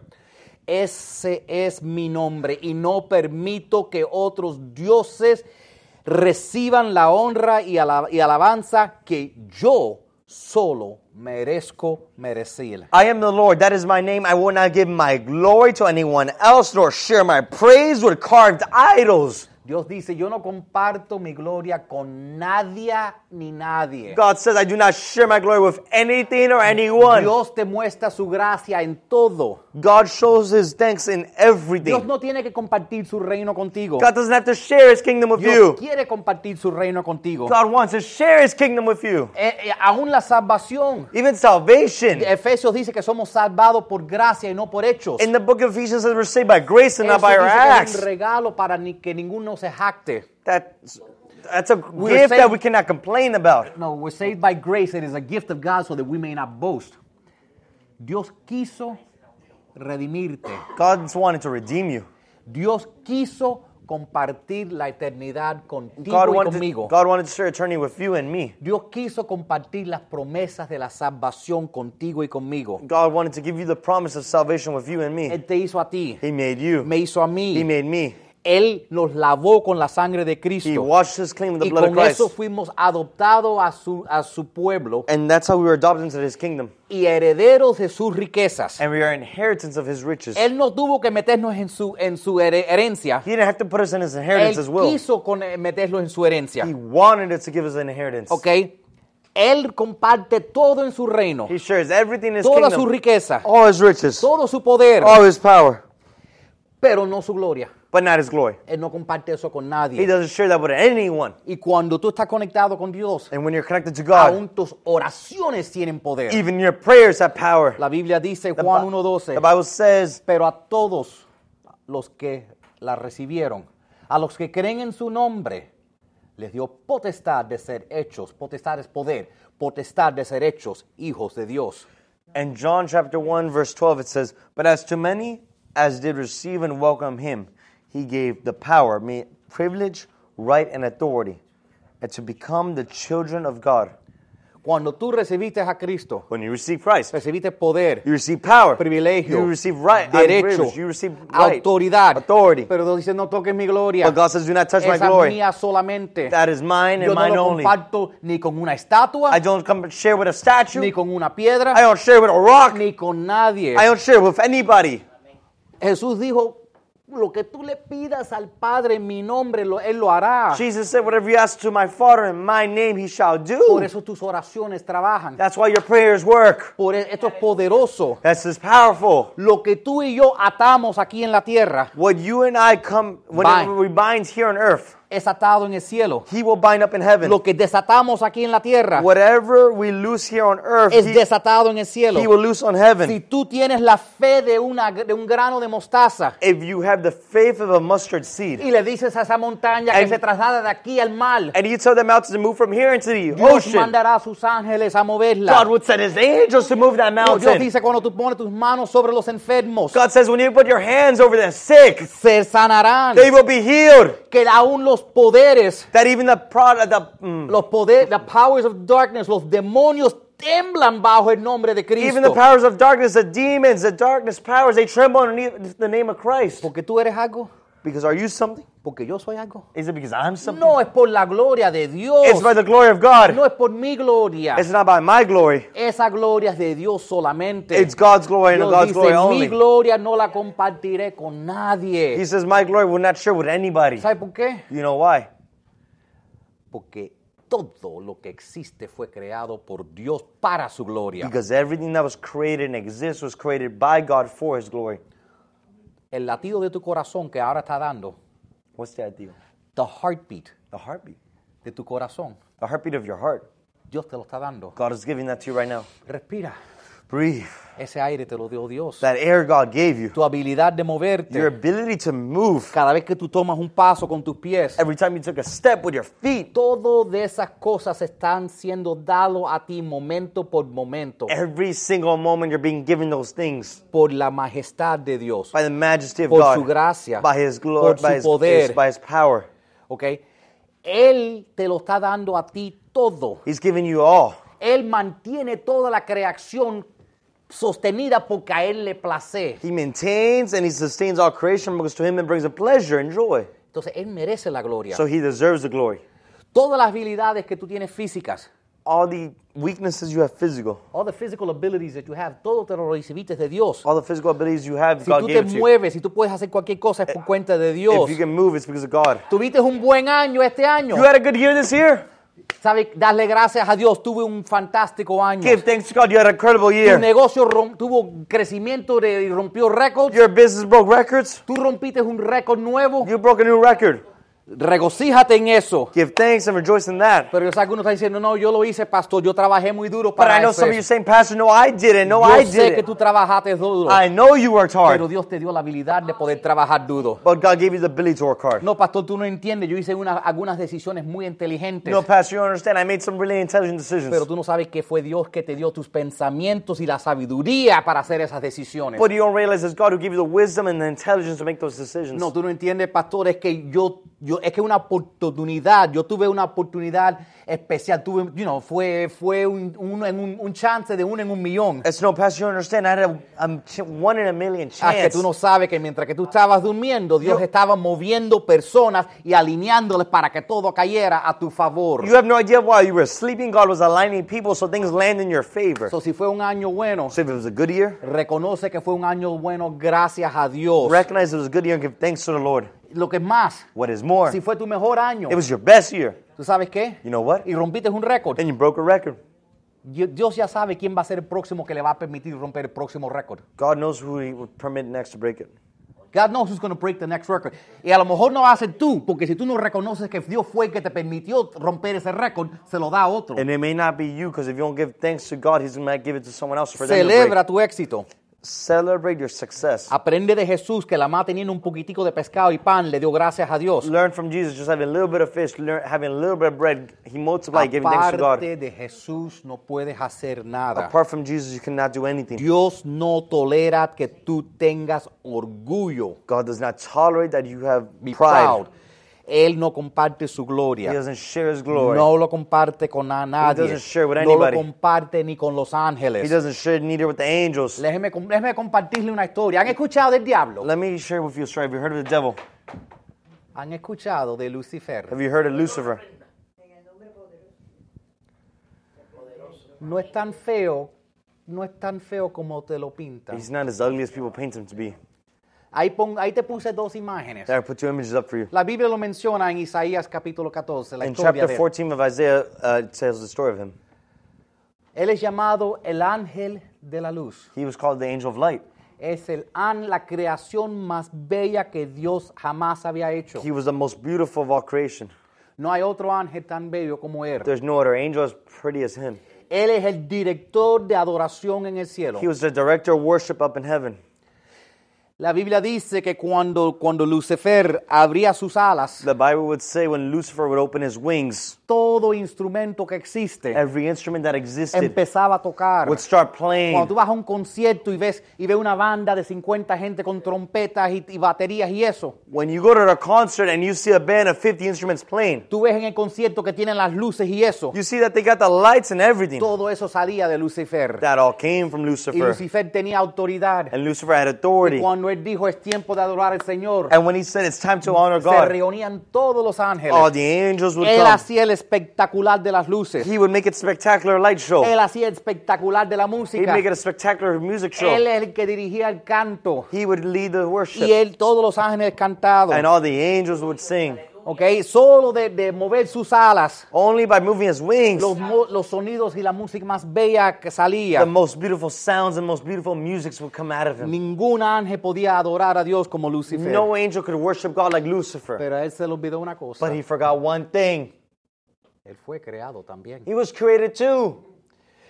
Speaker 3: Ese es mi nombre y no permito que otros dioses reciban la honra y, ala- y alabanza que yo solo merezco merecer.
Speaker 1: I am the Lord. That is my name. I will not give my glory to anyone else, nor share my praise with carved idols.
Speaker 3: Dios dice, yo no comparto mi gloria con nadie ni nadie.
Speaker 1: God says, I do not share my glory with anything or anyone.
Speaker 3: Dios te muestra su gracia en todo.
Speaker 1: God shows his thanks in
Speaker 3: Dios
Speaker 1: everything.
Speaker 3: no tiene que compartir su reino contigo.
Speaker 1: God doesn't have to share his kingdom with
Speaker 3: Dios
Speaker 1: you.
Speaker 3: quiere compartir su reino contigo.
Speaker 1: God wants to share his kingdom with you.
Speaker 3: Eh, eh, aún la salvación.
Speaker 1: Even salvation.
Speaker 3: Efesios dice que somos salvados por gracia y no por hechos.
Speaker 1: In the book of Ephesians, it says we're saved by grace and not
Speaker 3: Eso
Speaker 1: by our
Speaker 3: dice que es
Speaker 1: acts.
Speaker 3: un regalo para ni- que ninguno se jacte.
Speaker 1: That's, that's a
Speaker 3: We're
Speaker 1: gift
Speaker 3: saved-
Speaker 1: that we cannot complain about.
Speaker 3: No, we're saved by grace. It is a gift of God so that we may not boast. Dios quiso redimirte.
Speaker 1: God's wanted to redeem you.
Speaker 3: Dios quiso compartir la eternidad contigo
Speaker 1: God
Speaker 3: y
Speaker 1: wanted, to,
Speaker 3: conmigo.
Speaker 1: God wanted to share eternity with you and me.
Speaker 3: Dios quiso compartir las promesas de la salvación contigo y conmigo.
Speaker 1: God wanted to give you the promise of salvation with you and me.
Speaker 3: Él te hizo a ti,
Speaker 1: He made you.
Speaker 3: me hizo a
Speaker 1: He
Speaker 3: mí.
Speaker 1: made me.
Speaker 3: Él nos lavó con la sangre de
Speaker 1: He
Speaker 3: Cristo.
Speaker 1: washed us clean with the
Speaker 3: Y
Speaker 1: blood of
Speaker 3: con
Speaker 1: Christ.
Speaker 3: eso fuimos adoptados a su, a su pueblo
Speaker 1: And that's how we were adopted into his kingdom.
Speaker 3: y herederos de sus riquezas.
Speaker 1: And we are inheritance of his riches.
Speaker 3: Él no tuvo que meternos en su, en su here- herencia.
Speaker 1: He didn't have to put us in his inheritance
Speaker 3: Él
Speaker 1: as well.
Speaker 3: quiso con, eh, meterlo en su herencia.
Speaker 1: He wanted us to give us an inheritance.
Speaker 3: ¿Ok? Él comparte todo en su reino.
Speaker 1: He shares everything in his
Speaker 3: Toda
Speaker 1: kingdom.
Speaker 3: su riqueza.
Speaker 1: all his riches.
Speaker 3: Todo su poder.
Speaker 1: All his power.
Speaker 3: Pero no su gloria.
Speaker 1: But not his glory.
Speaker 3: Él no comparte eso con
Speaker 1: He
Speaker 3: nadie.
Speaker 1: doesn't share that with anyone.
Speaker 3: Y cuando tú estás conectado con Dios,
Speaker 1: And when you're connected to God,
Speaker 3: aún tus oraciones tienen poder.
Speaker 1: even your prayers have power.
Speaker 3: La Biblia dice,
Speaker 1: The
Speaker 3: Juan
Speaker 1: Bi-
Speaker 3: 1.12,
Speaker 1: The Bible says,
Speaker 3: pero a todos los que la recibieron, a los que creen en su nombre, les dio potestad de ser hechos, potestad es poder, potestad de ser hechos hijos de Dios.
Speaker 1: in John chapter 1, verse 12, it says, But as to many as did receive and welcome him, he gave the power, me privilege, right, and authority, and to become the children of God.
Speaker 3: Cuando tú recibiste a Cristo,
Speaker 1: When you receive Christ,
Speaker 3: recibiste poder,
Speaker 1: you receive power,
Speaker 3: privilegio,
Speaker 1: you receive right,
Speaker 3: derecho,
Speaker 1: privilege, you receive right,
Speaker 3: autoridad.
Speaker 1: authority.
Speaker 3: Pero Dios dice, no toques mi gloria.
Speaker 1: But God says, Do not touch my
Speaker 3: Esa
Speaker 1: glory.
Speaker 3: es mía solamente.
Speaker 1: That is mine and
Speaker 3: Yo no
Speaker 1: mine
Speaker 3: lo
Speaker 1: only.
Speaker 3: comparto ni con una estatua,
Speaker 1: I don't come share with a statue.
Speaker 3: ni con una piedra,
Speaker 1: I don't share with a rock.
Speaker 3: ni con nadie.
Speaker 1: I don't share with anybody.
Speaker 3: Jesús dijo, lo que tú le pidas al Padre en mi nombre, lo- Él lo hará.
Speaker 1: Jesus said, Whatever you ask to my Father in my name, he shall
Speaker 3: Por
Speaker 1: do.
Speaker 3: eso tus oraciones trabajan.
Speaker 1: That's why your prayers work.
Speaker 3: Por e- esto es poderoso.
Speaker 1: That's just powerful.
Speaker 3: Lo que tú y yo atamos aquí en la tierra
Speaker 1: What you and I come, whenever
Speaker 3: Bind.
Speaker 1: we bind here on earth,
Speaker 3: es atado en el cielo.
Speaker 1: he will bind up in heaven.
Speaker 3: Lo que desatamos aquí en la tierra
Speaker 1: Whatever we loose here on earth,
Speaker 3: es
Speaker 1: he,
Speaker 3: desatado en el cielo.
Speaker 1: he will loose on
Speaker 3: Si
Speaker 1: heaven.
Speaker 3: tú tienes la fe de, una, de un grano de mostaza
Speaker 1: If you have the faith of a mustard seed
Speaker 3: y le dices a esa montaña que
Speaker 1: And-
Speaker 3: se traslada de aquí al mar,
Speaker 1: and you tell the mountains to move from here into the
Speaker 3: Dios
Speaker 1: ocean,
Speaker 3: mandará a sus ángeles a moverla.
Speaker 1: God would send his angels to move that
Speaker 3: Dios
Speaker 1: mountain.
Speaker 3: dice cuando tú pones tus manos sobre los enfermos,
Speaker 1: God says, When you put your hands over the sick,
Speaker 3: se sanarán.
Speaker 1: they will be healed.
Speaker 3: que aún los poderes,
Speaker 1: That even the product, the, mm,
Speaker 3: los poderes, the powers of darkness, los demonios temblan bajo el nombre de
Speaker 1: Even the
Speaker 3: Cristo.
Speaker 1: powers of darkness, the demons, the darkness powers, they tremble underneath the name of Christ.
Speaker 3: Porque tú eres algo,
Speaker 1: Because are you something?
Speaker 3: porque yo soy algo.
Speaker 1: Is it because I'm something?
Speaker 3: No es por la gloria de Dios,
Speaker 1: It's by the glory of God.
Speaker 3: no es por mi gloria.
Speaker 1: It's not by my glory.
Speaker 3: Esa gloria es de Dios solamente.
Speaker 1: It's God's glory and
Speaker 3: Dios
Speaker 1: God's
Speaker 3: dice,
Speaker 1: glory
Speaker 3: mi
Speaker 1: only.
Speaker 3: gloria no la compartiré con nadie.
Speaker 1: He says, My glory will not share with anybody.
Speaker 3: ¿Sabe por qué?
Speaker 1: You know why?
Speaker 3: Porque todo lo que existe fue creado por Dios para su gloria.
Speaker 1: Because everything that was created and exists was created by God for His glory.
Speaker 3: El latido de tu corazón que ahora está dando,
Speaker 1: What's the idea?
Speaker 3: the heartbeat
Speaker 1: The heartbeat.
Speaker 3: de tu corazón,
Speaker 1: The heartbeat of your heart.
Speaker 3: Dios te lo está dando.
Speaker 1: God is giving that to you right now.
Speaker 3: Respira.
Speaker 1: Breathe.
Speaker 3: Ese aire te lo dio Dios.
Speaker 1: That air God gave you.
Speaker 3: Tu habilidad de moverte.
Speaker 1: Your ability to move.
Speaker 3: Cada vez que tú tomas un paso con tus pies.
Speaker 1: Every time you took a step with your feet.
Speaker 3: Todo de esas cosas están siendo dado a ti momento por momento.
Speaker 1: Every single moment you're being given those things
Speaker 3: Por la majestad de Dios.
Speaker 1: by the majesty of
Speaker 3: Por
Speaker 1: God.
Speaker 3: su gracia.
Speaker 1: By his
Speaker 3: Por
Speaker 1: glory.
Speaker 3: su
Speaker 1: By his,
Speaker 3: poder.
Speaker 1: his- by his power.
Speaker 3: ¿Ok? Él te lo está dando a ti todo.
Speaker 1: He's given you all.
Speaker 3: Él mantiene toda la creación sostenida porque a Él le place.
Speaker 1: He maintains and he sustains all creation because to him it brings a pleasure and joy.
Speaker 3: Entonces, Él merece la gloria.
Speaker 1: So he deserves the glory.
Speaker 3: Todas las habilidades que tú tienes físicas,
Speaker 1: All the weaknesses you have physical,
Speaker 3: all the physical abilities that you have, todo te lo recibiste de Dios.
Speaker 1: all the physical abilities you have,
Speaker 3: Si
Speaker 1: God
Speaker 3: tú te
Speaker 1: gave it to you. Eh,
Speaker 3: mueves, si tú puedes hacer cualquier cosa es por cuenta de Dios.
Speaker 1: If you can move, it's because of God.
Speaker 3: Tuviste un buen año este año.
Speaker 1: You had a good year this year?
Speaker 3: ¿Sabes? Darle gracias a Dios. Tuve un fantástico año.
Speaker 1: Give thanks to God. You had an incredible
Speaker 3: Tu
Speaker 1: year.
Speaker 3: negocio rom- tuvo crecimiento de- y rompió récords.
Speaker 1: Your business broke records.
Speaker 3: Tú rompiste un récord nuevo.
Speaker 1: You broke a new record.
Speaker 3: Regocíjate en eso.
Speaker 1: Give thanks and rejoice in that.
Speaker 3: Pero yo sé que uno está diciendo, no, yo lo hice, pastor. Yo trabajé muy duro
Speaker 1: But
Speaker 3: para
Speaker 1: I know
Speaker 3: hacer
Speaker 1: some of you
Speaker 3: eso".
Speaker 1: saying, Pastor, no, I didn't. No,
Speaker 3: Yo
Speaker 1: I
Speaker 3: sé que
Speaker 1: didn't.
Speaker 3: tú trabajaste duro.
Speaker 1: I know you worked
Speaker 3: Pero
Speaker 1: hard,
Speaker 3: Dios te dio la habilidad de poder trabajar duro.
Speaker 1: but God gave you the ability to work hard.
Speaker 3: No, pastor, tú no entiendes. Yo hice una- algunas decisiones muy inteligentes.
Speaker 1: No, pues. Pastor, you don't understand. I made some really intelligent
Speaker 3: Pero
Speaker 1: decisions.
Speaker 3: tú no sabes que fue Dios que te dio tus pensamientos y la sabiduría para hacer esas decisiones.
Speaker 1: But you don't realize it's God who gave you the wisdom and the intelligence to make those decisions.
Speaker 3: No, tú no entiendes, pastor, es que yo, yo es que una oportunidad, yo tuve una oportunidad especial, tuve, you know, fue, fue un, un- en un- un chance de uno en un millón.
Speaker 1: It's no, Pastor, you don't understand. I had a, a ch- one in a million
Speaker 3: Ah, que
Speaker 1: chance.
Speaker 3: tú no sabes que mientras que tú estabas durmiendo, Dios
Speaker 1: Yo-
Speaker 3: estaba moviendo personas y alineándoles para que todo cayera a tu favor.
Speaker 1: You have no idea why you were sleeping. God was aligning people so things land in your favor.
Speaker 3: So, si fue un año bueno,
Speaker 1: So if it was a good year,
Speaker 3: reconoce que fue un año bueno gracias a Dios.
Speaker 1: recognize it was a good year and give thanks to the Lord.
Speaker 3: Lo que es más,
Speaker 1: What is more,
Speaker 3: si fue tu mejor año,
Speaker 1: it was your best year.
Speaker 3: ¿tú sabes qué?
Speaker 1: You know what?
Speaker 3: Y rompiste un récord.
Speaker 1: And you broke a record.
Speaker 3: Di- Dios ya sabe quién va a ser el próximo que le va a permitir romper el próximo récord.
Speaker 1: God knows who He would permit next to break it.
Speaker 3: God knows who's going to break the next record. Y a lo mejor no va a ser tú, porque si tú no reconoces que Dios fue el que te permitió romper ese récord, se lo da a otro.
Speaker 1: And it may not be you because if you don't give thanks to God, He's going to give it to someone else for them to break.
Speaker 3: Celebra tu éxito.
Speaker 1: Celebrate your success.
Speaker 3: Aprende de Jesús que la mamá teniendo un poquitico de pescado y pan le dio gracias a Dios.
Speaker 1: Learn from Jesus, just having a little bit of fish, learn, having a little bit of bread. He multiplied, giving thanks to God.
Speaker 3: Aparte de Jesús no puedes hacer nada.
Speaker 1: Apart from Jesus, you cannot do anything.
Speaker 3: Dios no tolera que tú tengas orgullo.
Speaker 1: God does not tolerate that you have
Speaker 3: Be
Speaker 1: pride.
Speaker 3: proud. Él no comparte su
Speaker 1: He
Speaker 3: gloria.
Speaker 1: doesn't share His glory.
Speaker 3: No lo comparte con a nadie.
Speaker 1: doesn't share with
Speaker 3: No lo
Speaker 1: anybody.
Speaker 3: comparte ni con los
Speaker 1: He
Speaker 3: ángeles.
Speaker 1: doesn't share it neither with the angels.
Speaker 3: Déjeme, com- déjeme compartirle una historia. ¿Han escuchado del diablo?
Speaker 1: Let me share with you a story. Have you heard of the devil?
Speaker 3: ¿Han escuchado de Lucifer?
Speaker 1: Have you heard of Lucifer?
Speaker 3: No es tan feo, no es tan feo como te lo pintan.
Speaker 1: He's not as ugly as people paint him to be.
Speaker 3: Ahí, pon- ahí te puse dos imágenes.
Speaker 1: There, I put two images up for you.
Speaker 3: La Biblia lo menciona en Isaías capítulo 14, la
Speaker 1: In
Speaker 3: historia
Speaker 1: chapter
Speaker 3: de él.
Speaker 1: 14 of Isaiah, uh, it tells the story of him.
Speaker 3: Él es llamado el ángel de la luz.
Speaker 1: He was called the angel of light.
Speaker 3: Es el an, la creación más bella que Dios jamás había hecho.
Speaker 1: He was the most beautiful of all creation.
Speaker 3: No hay otro ángel tan bello como él.
Speaker 1: There's no other angel as pretty as him.
Speaker 3: Él es el director de adoración en el cielo.
Speaker 1: He was the director of worship up in heaven.
Speaker 3: La Biblia dice que cuando, cuando Lucifer abría sus alas,
Speaker 1: The Bible would say when Lucifer would open his wings,
Speaker 3: todo instrumento que existe
Speaker 1: every instrument that existed
Speaker 3: empezaba a tocar.
Speaker 1: would start
Speaker 3: Cuando tú
Speaker 1: playing.
Speaker 3: vas a un concierto y ves y ves una banda de 50 gente con trompetas y, y baterías y eso,
Speaker 1: When you go to a concert and you see a band of 50 instruments playing,
Speaker 3: tú ves en el concierto que tienen las luces y eso,
Speaker 1: you see that they got the lights and everything.
Speaker 3: todo eso salía de Lucifer.
Speaker 1: That all came from
Speaker 3: Y
Speaker 1: Lucifer.
Speaker 3: Lucifer tenía autoridad.
Speaker 1: And Lucifer had
Speaker 3: Y
Speaker 1: authority.
Speaker 3: cuando él dijo es tiempo de adorar al Señor,
Speaker 1: And when he said it's time to honor
Speaker 3: se
Speaker 1: God,
Speaker 3: reunían todos los ángeles.
Speaker 1: all the angels would
Speaker 3: Él
Speaker 1: Oh, come.
Speaker 3: hacía el espectacular de las luces.
Speaker 1: He would make it spectacular light show.
Speaker 3: Él hacía el espectacular de la
Speaker 1: He'd
Speaker 3: música.
Speaker 1: make it a spectacular music
Speaker 3: Él
Speaker 1: show.
Speaker 3: es el que dirigía el canto.
Speaker 1: He would lead the
Speaker 3: Y
Speaker 1: worship.
Speaker 3: él, todos los ángeles cantados.
Speaker 1: And all the angels would sing.
Speaker 3: Ok, solo de, de mover sus alas.
Speaker 1: Only by moving his wings,
Speaker 3: Los, mo- los sonidos y la música más bella que
Speaker 1: the
Speaker 3: salía.
Speaker 1: most beautiful sounds and most beautiful musics would come out of him.
Speaker 3: Ningún ángel podía adorar a Dios como Lucifer.
Speaker 1: No angel could worship God like Lucifer.
Speaker 3: Pero a él se le olvidó una cosa.
Speaker 1: But he forgot one thing.
Speaker 3: Él fue creado también.
Speaker 1: He was created too.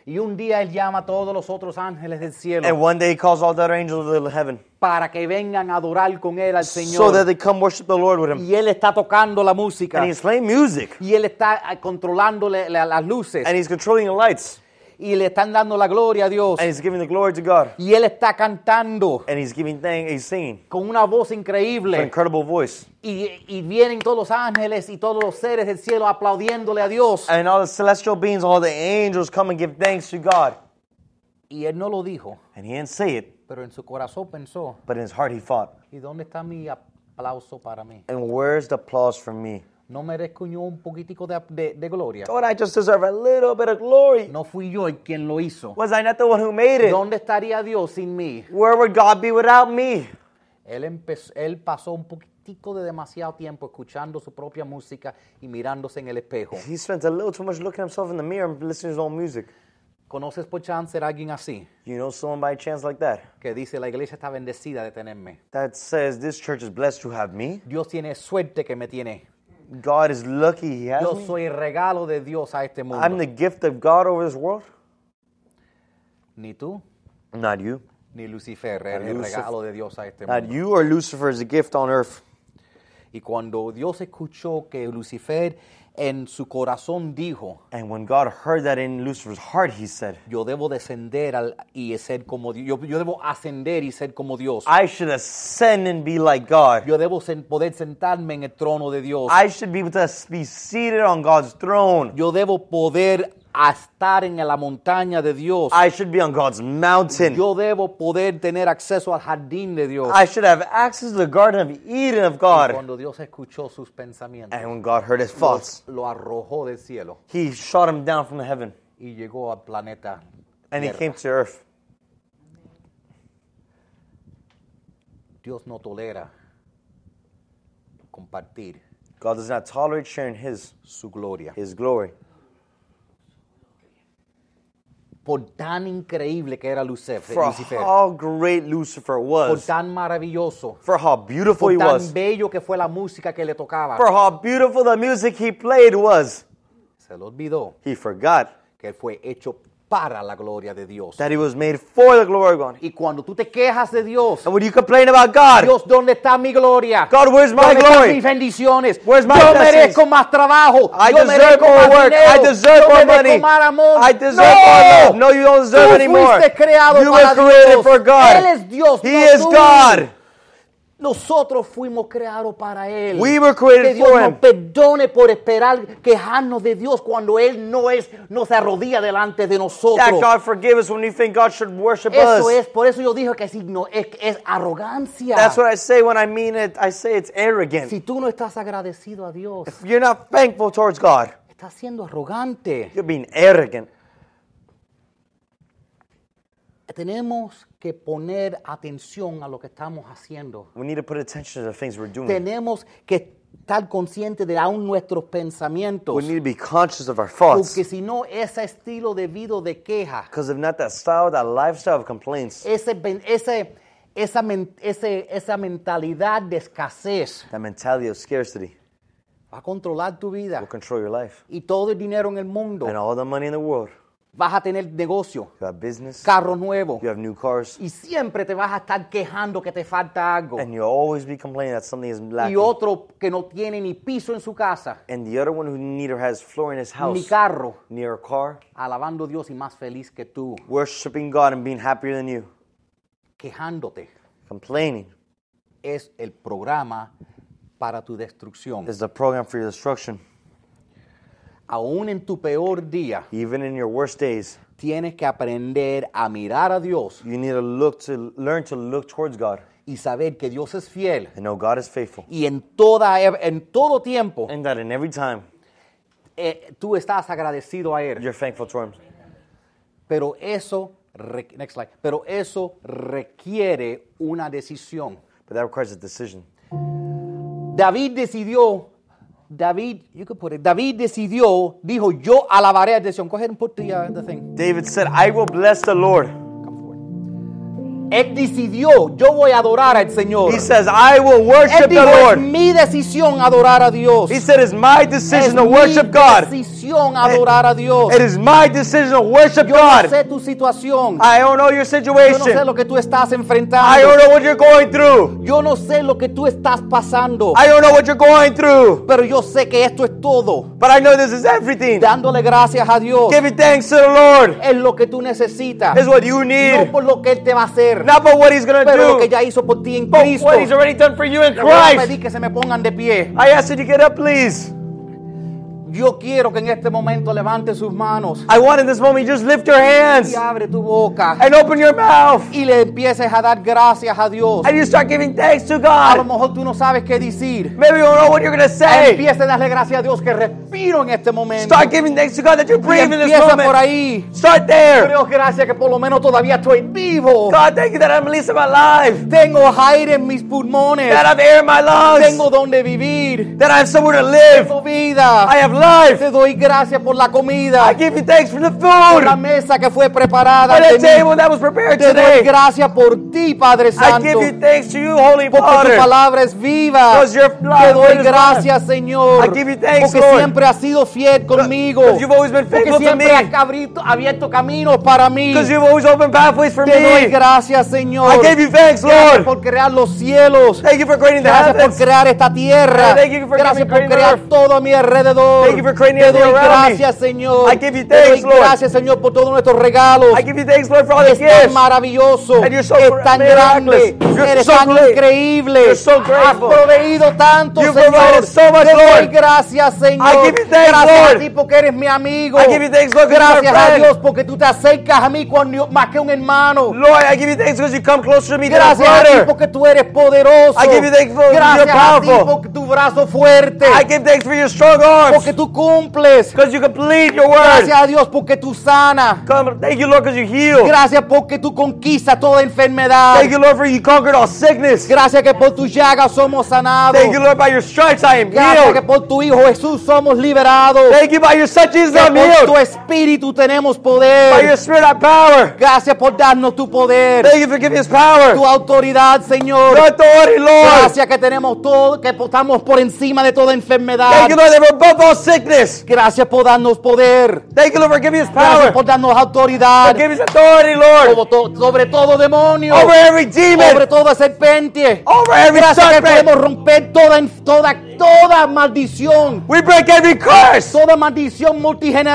Speaker 3: Y un día Él llama a todos los otros ángeles del
Speaker 1: And
Speaker 3: cielo
Speaker 1: one day he calls all the other angels of the heaven
Speaker 3: para que vengan a adorar con Él al
Speaker 1: so that
Speaker 3: Señor.
Speaker 1: they come worship the Lord with him.
Speaker 3: Y Él está tocando la música.
Speaker 1: And he's playing music
Speaker 3: Y Él está eh, controlando la- la- las luces.
Speaker 1: and he's controlling the lights
Speaker 3: Y le están dando la gloria a Dios.
Speaker 1: and he's giving the glory to God
Speaker 3: Y Él está cantando
Speaker 1: and he's giving thanks, he's singing
Speaker 3: con una voz
Speaker 1: with an
Speaker 3: increíble.
Speaker 1: incredible voice.
Speaker 3: Y, y vienen todos los ángeles y todos los seres del cielo aplaudiéndole a Dios.
Speaker 1: And all the celestial beings, all the angels come and give thanks to God.
Speaker 3: Y Él no lo dijo,
Speaker 1: And he didn't say it,
Speaker 3: pero en su corazón pensó,
Speaker 1: but in his heart he thought,
Speaker 3: ¿y dónde está mi aplauso para mí?
Speaker 1: and where's the applause from me?
Speaker 3: No merezco yo un poquitico de, de- de gloria.
Speaker 1: Don't I just deserve a little bit of glory?
Speaker 3: No fui yo el quien lo hizo.
Speaker 1: Was I not the one who made it?
Speaker 3: ¿Dónde estaría Dios sin mí?
Speaker 1: Where would God be without me?
Speaker 3: Él, empezó, él pasó un poquitico de demasiado tiempo escuchando su propia música y mirándose en el espejo.
Speaker 1: He spends a little too much looking at himself in the mirror and listening to his own music.
Speaker 3: ¿Conoces por chance a alguien así
Speaker 1: You know someone by chance like that?
Speaker 3: que dice, la iglesia está bendecida de tenerme?
Speaker 1: That says, this church is blessed to have me.
Speaker 3: Dios tiene suerte que me tiene.
Speaker 1: God is lucky he has
Speaker 3: Yo
Speaker 1: me.
Speaker 3: soy el regalo de Dios a este
Speaker 1: I'm
Speaker 3: mundo.
Speaker 1: the gift of God over this world.
Speaker 3: Ni tú,
Speaker 1: Not you.
Speaker 3: ni Lucifer, eres el
Speaker 1: Lucifer.
Speaker 3: regalo de Dios a este mundo.
Speaker 1: Not you or Lucifer is a gift on earth.
Speaker 3: Y cuando Dios escuchó que Lucifer en su corazón dijo,
Speaker 1: And when God heard that in Lucifer's heart, he said,
Speaker 3: yo debo descender al- y ser como Dios, yo, yo debo ascender y ser como Dios,
Speaker 1: I should ascend and be like God.
Speaker 3: yo debo sen- poder sentarme en el trono de Dios,
Speaker 1: I should be able to be seated on God's throne.
Speaker 3: yo debo poder estar en la montaña de Dios,
Speaker 1: I should be on God's mountain.
Speaker 3: yo debo poder tener acceso al jardín de Dios.
Speaker 1: I should have access to the Garden of Eden of
Speaker 3: Y
Speaker 1: God.
Speaker 3: cuando Dios escuchó sus pensamientos,
Speaker 1: And when God heard his
Speaker 3: lo,
Speaker 1: thoughts,
Speaker 3: lo arrojó del cielo
Speaker 1: he shot him down from the heaven
Speaker 3: y llegó al planeta.
Speaker 1: and he
Speaker 3: Tierra.
Speaker 1: came to earth.
Speaker 3: Dios no tolera compartir
Speaker 1: God does not tolerate sharing his,
Speaker 3: su gloria.
Speaker 1: his glory.
Speaker 3: por tan increíble que era Lucifer,
Speaker 1: For
Speaker 3: Lucifer,
Speaker 1: how great Lucifer
Speaker 3: por
Speaker 1: was,
Speaker 3: tan maravilloso,
Speaker 1: for how beautiful
Speaker 3: por
Speaker 1: he
Speaker 3: tan
Speaker 1: was,
Speaker 3: bello que fue la música que le tocaba.
Speaker 1: for how beautiful the music he played was,
Speaker 3: Se le olvidó
Speaker 1: he forgot
Speaker 3: que fue hecho para la gloria de Dios.
Speaker 1: that he was made for the glory of God.
Speaker 3: Y cuando tú te quejas de Dios,
Speaker 1: And when you complain about God,
Speaker 3: Dios, ¿dónde está mi gloria?
Speaker 1: God, where's my
Speaker 3: ¿Dónde están
Speaker 1: glory?
Speaker 3: mis bendiciones?
Speaker 1: Where's my
Speaker 3: Yo
Speaker 1: blessings?
Speaker 3: merezco más trabajo.
Speaker 1: I
Speaker 3: Yo
Speaker 1: deserve
Speaker 3: merezco
Speaker 1: more
Speaker 3: más
Speaker 1: work.
Speaker 3: dinero.
Speaker 1: I deserve
Speaker 3: Yo
Speaker 1: more
Speaker 3: merezco
Speaker 1: money.
Speaker 3: más amor.
Speaker 1: I deserve
Speaker 3: no.
Speaker 1: more love. No, you don't deserve
Speaker 3: Tú
Speaker 1: any more.
Speaker 3: fuiste creado
Speaker 1: You
Speaker 3: para
Speaker 1: were created
Speaker 3: Dios.
Speaker 1: for God.
Speaker 3: Él es Dios,
Speaker 1: He
Speaker 3: no
Speaker 1: is
Speaker 3: tú.
Speaker 1: God.
Speaker 3: Nosotros fuimos creados para Él.
Speaker 1: We were created
Speaker 3: que Dios
Speaker 1: for
Speaker 3: nos
Speaker 1: Him.
Speaker 3: perdone por esperar quejarnos de Dios cuando Él no es, no se arrodilla delante de
Speaker 1: That
Speaker 3: nosotros.
Speaker 1: God forgive us when we think God should worship
Speaker 3: Eso
Speaker 1: us.
Speaker 3: es, por eso yo dije que es, igno- es, es arrogancia.
Speaker 1: Pues, That's what I say when I mean it. I say it's arrogant.
Speaker 3: si tú no estás agradecido a Dios,
Speaker 1: If you're not thankful towards God,
Speaker 3: estás siendo arrogante.
Speaker 1: you're being arrogant.
Speaker 3: Tenemos que poner atención a lo que estamos haciendo.
Speaker 1: We need to put attention to the things we're doing.
Speaker 3: Tenemos que estar conscientes de aún nuestros pensamientos.
Speaker 1: We need to be conscious of our thoughts.
Speaker 3: Porque si no, ese estilo de vida de queja
Speaker 1: Because if not, that style, that lifestyle of complaints,
Speaker 3: ese, pen- ese- esa, men- ese- esa mentalidad de escasez
Speaker 1: that mentality of scarcity
Speaker 3: va a controlar tu vida
Speaker 1: will control your life.
Speaker 3: y todo el dinero en el mundo.
Speaker 1: And all the money in the world,
Speaker 3: Vas a tener negocio,
Speaker 1: you have business,
Speaker 3: carro nuevo
Speaker 1: you have new cars,
Speaker 3: y siempre te vas a estar quejando que te falta algo
Speaker 1: and you'll always be complaining that something is
Speaker 3: y
Speaker 1: lacking.
Speaker 3: otro que no tiene ni piso en su casa
Speaker 1: And the other one who neither has floor in his
Speaker 3: ni
Speaker 1: house,
Speaker 3: carro,
Speaker 1: near a car,
Speaker 3: alabando a Dios y más feliz que tú,
Speaker 1: worshiping God and being happier than you,
Speaker 3: quejándote.
Speaker 1: complaining
Speaker 3: Es el programa para tu destrucción.
Speaker 1: is the program for your destruction.
Speaker 3: Aún en tu peor día,
Speaker 1: Even in your worst days,
Speaker 3: tienes que aprender a mirar a Dios
Speaker 1: you need to look to learn to look towards God
Speaker 3: y saber que Dios es fiel
Speaker 1: and know God is faithful,
Speaker 3: y en, toda, e, en todo tiempo
Speaker 1: and that in every time
Speaker 3: eh, tú estás agradecido a Él.
Speaker 1: you're thankful towards Him.
Speaker 3: Pero eso, re- next slide. pero eso requiere una decisión.
Speaker 1: But that requires a decision.
Speaker 3: David decidió, David, you could put it, David decidió, dijo, yo alabaré a Dios. Go ahead and put the, uh, the thing.
Speaker 1: David said, "I will bless the Lord."
Speaker 3: Come forward. Él decidió, yo voy a adorar al Señor.
Speaker 1: He says, "I will worship the
Speaker 3: Él dijo, es
Speaker 1: Lord."
Speaker 3: mi decisión adorar a Dios.
Speaker 1: He said, "It's my
Speaker 3: Es
Speaker 1: decision to
Speaker 3: mi
Speaker 1: worship God."
Speaker 3: decisión decisión adorar a Dios.
Speaker 1: It is my decision to worship
Speaker 3: Yo no
Speaker 1: God.
Speaker 3: sé tu situación.
Speaker 1: I don't know your
Speaker 3: Yo no sé
Speaker 1: situation.
Speaker 3: lo que tú estás
Speaker 1: I don't
Speaker 3: enfrentando.
Speaker 1: know what you're going through.
Speaker 3: Yo no sé lo que tú estás pasando.
Speaker 1: I don't know what you're going through.
Speaker 3: Pero yo sé que esto es todo.
Speaker 1: But I know this is everything.
Speaker 3: Dándole gracias a Dios
Speaker 1: Giving thanks to the Lord
Speaker 3: es lo que tú necesitas.
Speaker 1: is what you need.
Speaker 3: No por lo que Él te va a hacer,
Speaker 1: Not for what He's going to
Speaker 3: pero lo que
Speaker 1: do,
Speaker 3: ya hizo por ti en
Speaker 1: but
Speaker 3: Cristo.
Speaker 1: what He's already done for you in
Speaker 3: Le voy a
Speaker 1: Christ.
Speaker 3: pedir que se me pongan de pie.
Speaker 1: I ask you to get up, please.
Speaker 3: Yo quiero que en este momento levante sus manos
Speaker 1: I want in this moment you just lift your hands
Speaker 3: y abre tu boca
Speaker 1: and open your mouth
Speaker 3: y le empieces a dar gracias a Dios.
Speaker 1: and you start giving thanks to
Speaker 3: A lo
Speaker 1: God.
Speaker 3: mejor tú no sabes qué decir.
Speaker 1: Maybe you don't know what you're going to say.
Speaker 3: Empieza a darle gracias a Dios que respiro en este momento.
Speaker 1: Start giving thanks to God that you're
Speaker 3: Y
Speaker 1: breathing in this
Speaker 3: empieza por
Speaker 1: moment.
Speaker 3: ahí.
Speaker 1: Start there.
Speaker 3: Creo gracias que por lo menos todavía estoy vivo.
Speaker 1: God, thank you that I'm at least I'm alive,
Speaker 3: Tengo aire en mis pulmones.
Speaker 1: that I have air in my
Speaker 3: Tengo
Speaker 1: lungs,
Speaker 3: donde vivir.
Speaker 1: that I have somewhere to live.
Speaker 3: Tengo vida.
Speaker 1: I have life.
Speaker 3: Te doy gracias por la comida.
Speaker 1: I give you thanks for the
Speaker 3: Por la
Speaker 1: food,
Speaker 3: mesa que fue preparada.
Speaker 1: for the
Speaker 3: ante mí.
Speaker 1: table that was prepared
Speaker 3: Te doy
Speaker 1: today.
Speaker 3: gracias por ti, Padre
Speaker 1: I
Speaker 3: Santo.
Speaker 1: give you thanks to you, Holy
Speaker 3: Porque tu
Speaker 1: Father.
Speaker 3: palabra es viva.
Speaker 1: Because your
Speaker 3: Te doy
Speaker 1: word is
Speaker 3: gracias, Señor.
Speaker 1: I give you thanks,
Speaker 3: porque
Speaker 1: Lord.
Speaker 3: siempre has sido fiel conmigo.
Speaker 1: Because you've always been
Speaker 3: Porque
Speaker 1: faithful to me.
Speaker 3: siempre has abierto, abierto caminos para mí.
Speaker 1: Because you've always opened pathways for
Speaker 3: Te doy
Speaker 1: me.
Speaker 3: gracias, Señor.
Speaker 1: I gave you thanks, Lord.
Speaker 3: Gracias por crear los cielos.
Speaker 1: Thank you for creating the
Speaker 3: Gracias por
Speaker 1: heavens.
Speaker 3: crear esta tierra.
Speaker 1: Thank you for
Speaker 3: Gracias por
Speaker 1: creating the
Speaker 3: crear
Speaker 1: earth.
Speaker 3: todo a mi alrededor.
Speaker 1: Thank you for creating
Speaker 3: Te doy
Speaker 1: everything around me.
Speaker 3: gracias, Señor.
Speaker 1: I give you
Speaker 3: Te doy
Speaker 1: thanks, Lord.
Speaker 3: gracias, Señor, por todos nuestros regalos.
Speaker 1: I give you thanks, Lord, for all the
Speaker 3: Es tan
Speaker 1: gifts.
Speaker 3: maravilloso,
Speaker 1: And you're so
Speaker 3: es tan
Speaker 1: miraculous.
Speaker 3: grande,
Speaker 1: You're
Speaker 3: eres
Speaker 1: so
Speaker 3: tan
Speaker 1: great.
Speaker 3: increíble.
Speaker 1: You're so
Speaker 3: Has
Speaker 1: grateful.
Speaker 3: proveído tanto,
Speaker 1: You've
Speaker 3: Señor.
Speaker 1: provided so much,
Speaker 3: Te doy
Speaker 1: Lord.
Speaker 3: gracias, Señor.
Speaker 1: I give you thanks,
Speaker 3: gracias a
Speaker 1: Lord.
Speaker 3: ti porque eres mi amigo.
Speaker 1: I give you thanks, Lord, 'cause you're my
Speaker 3: gracias a
Speaker 1: friend.
Speaker 3: Dios porque tú te acercas a mí cuando yo- más que un hermano.
Speaker 1: Lord, I give you thanks because you come closer to me than a
Speaker 3: Gracias a ti
Speaker 1: brother.
Speaker 3: porque tú eres poderoso.
Speaker 1: I give you thanks for
Speaker 3: Gracias
Speaker 1: you're
Speaker 3: a ti
Speaker 1: powerful.
Speaker 3: porque tu brazo fuerte.
Speaker 1: I give thanks for your strong arms
Speaker 3: Porque tú cumples.
Speaker 1: because you complete your word.
Speaker 3: Gracias a Dios porque tú sanas.
Speaker 1: Come, thank you, Lord, because you heal.
Speaker 3: Gracias porque tú conquistas toda enfermedad.
Speaker 1: Thank you, Lord, for you conquered all sickness.
Speaker 3: Gracias que por tus llagas somos sanados.
Speaker 1: Thank you, Lord, by your stripes I am
Speaker 3: Gracias que
Speaker 1: healed.
Speaker 3: por tu Hijo Jesús somos liberados.
Speaker 1: Thank you, by your suches
Speaker 3: Que
Speaker 1: I'm
Speaker 3: por tu
Speaker 1: healed.
Speaker 3: espíritu tenemos
Speaker 1: By your
Speaker 3: poder.
Speaker 1: spirit I power.
Speaker 3: Gracias por darnos tu poder,
Speaker 1: Thank you for giving us power.
Speaker 3: tu autoridad,
Speaker 1: Your
Speaker 3: Señor.
Speaker 1: authority, Lord.
Speaker 3: Gracias que tenemos todo, que estamos por encima de toda enfermedad.
Speaker 1: Thank you, Lord, that we're above all sickness.
Speaker 3: Gracias por darnos poder.
Speaker 1: Thank you, Lord, for giving us
Speaker 3: Gracias
Speaker 1: power.
Speaker 3: por darnos autoridad.
Speaker 1: For giving us authority, Lord.
Speaker 3: Sobre, to- sobre todo demonio.
Speaker 1: Over every
Speaker 3: Sobre
Speaker 1: demon.
Speaker 3: todo serpiente.
Speaker 1: Over every
Speaker 3: Gracias que podemos
Speaker 1: serpent.
Speaker 3: romper toda, toda, toda maldición.
Speaker 1: We break every curse.
Speaker 3: Toda maldición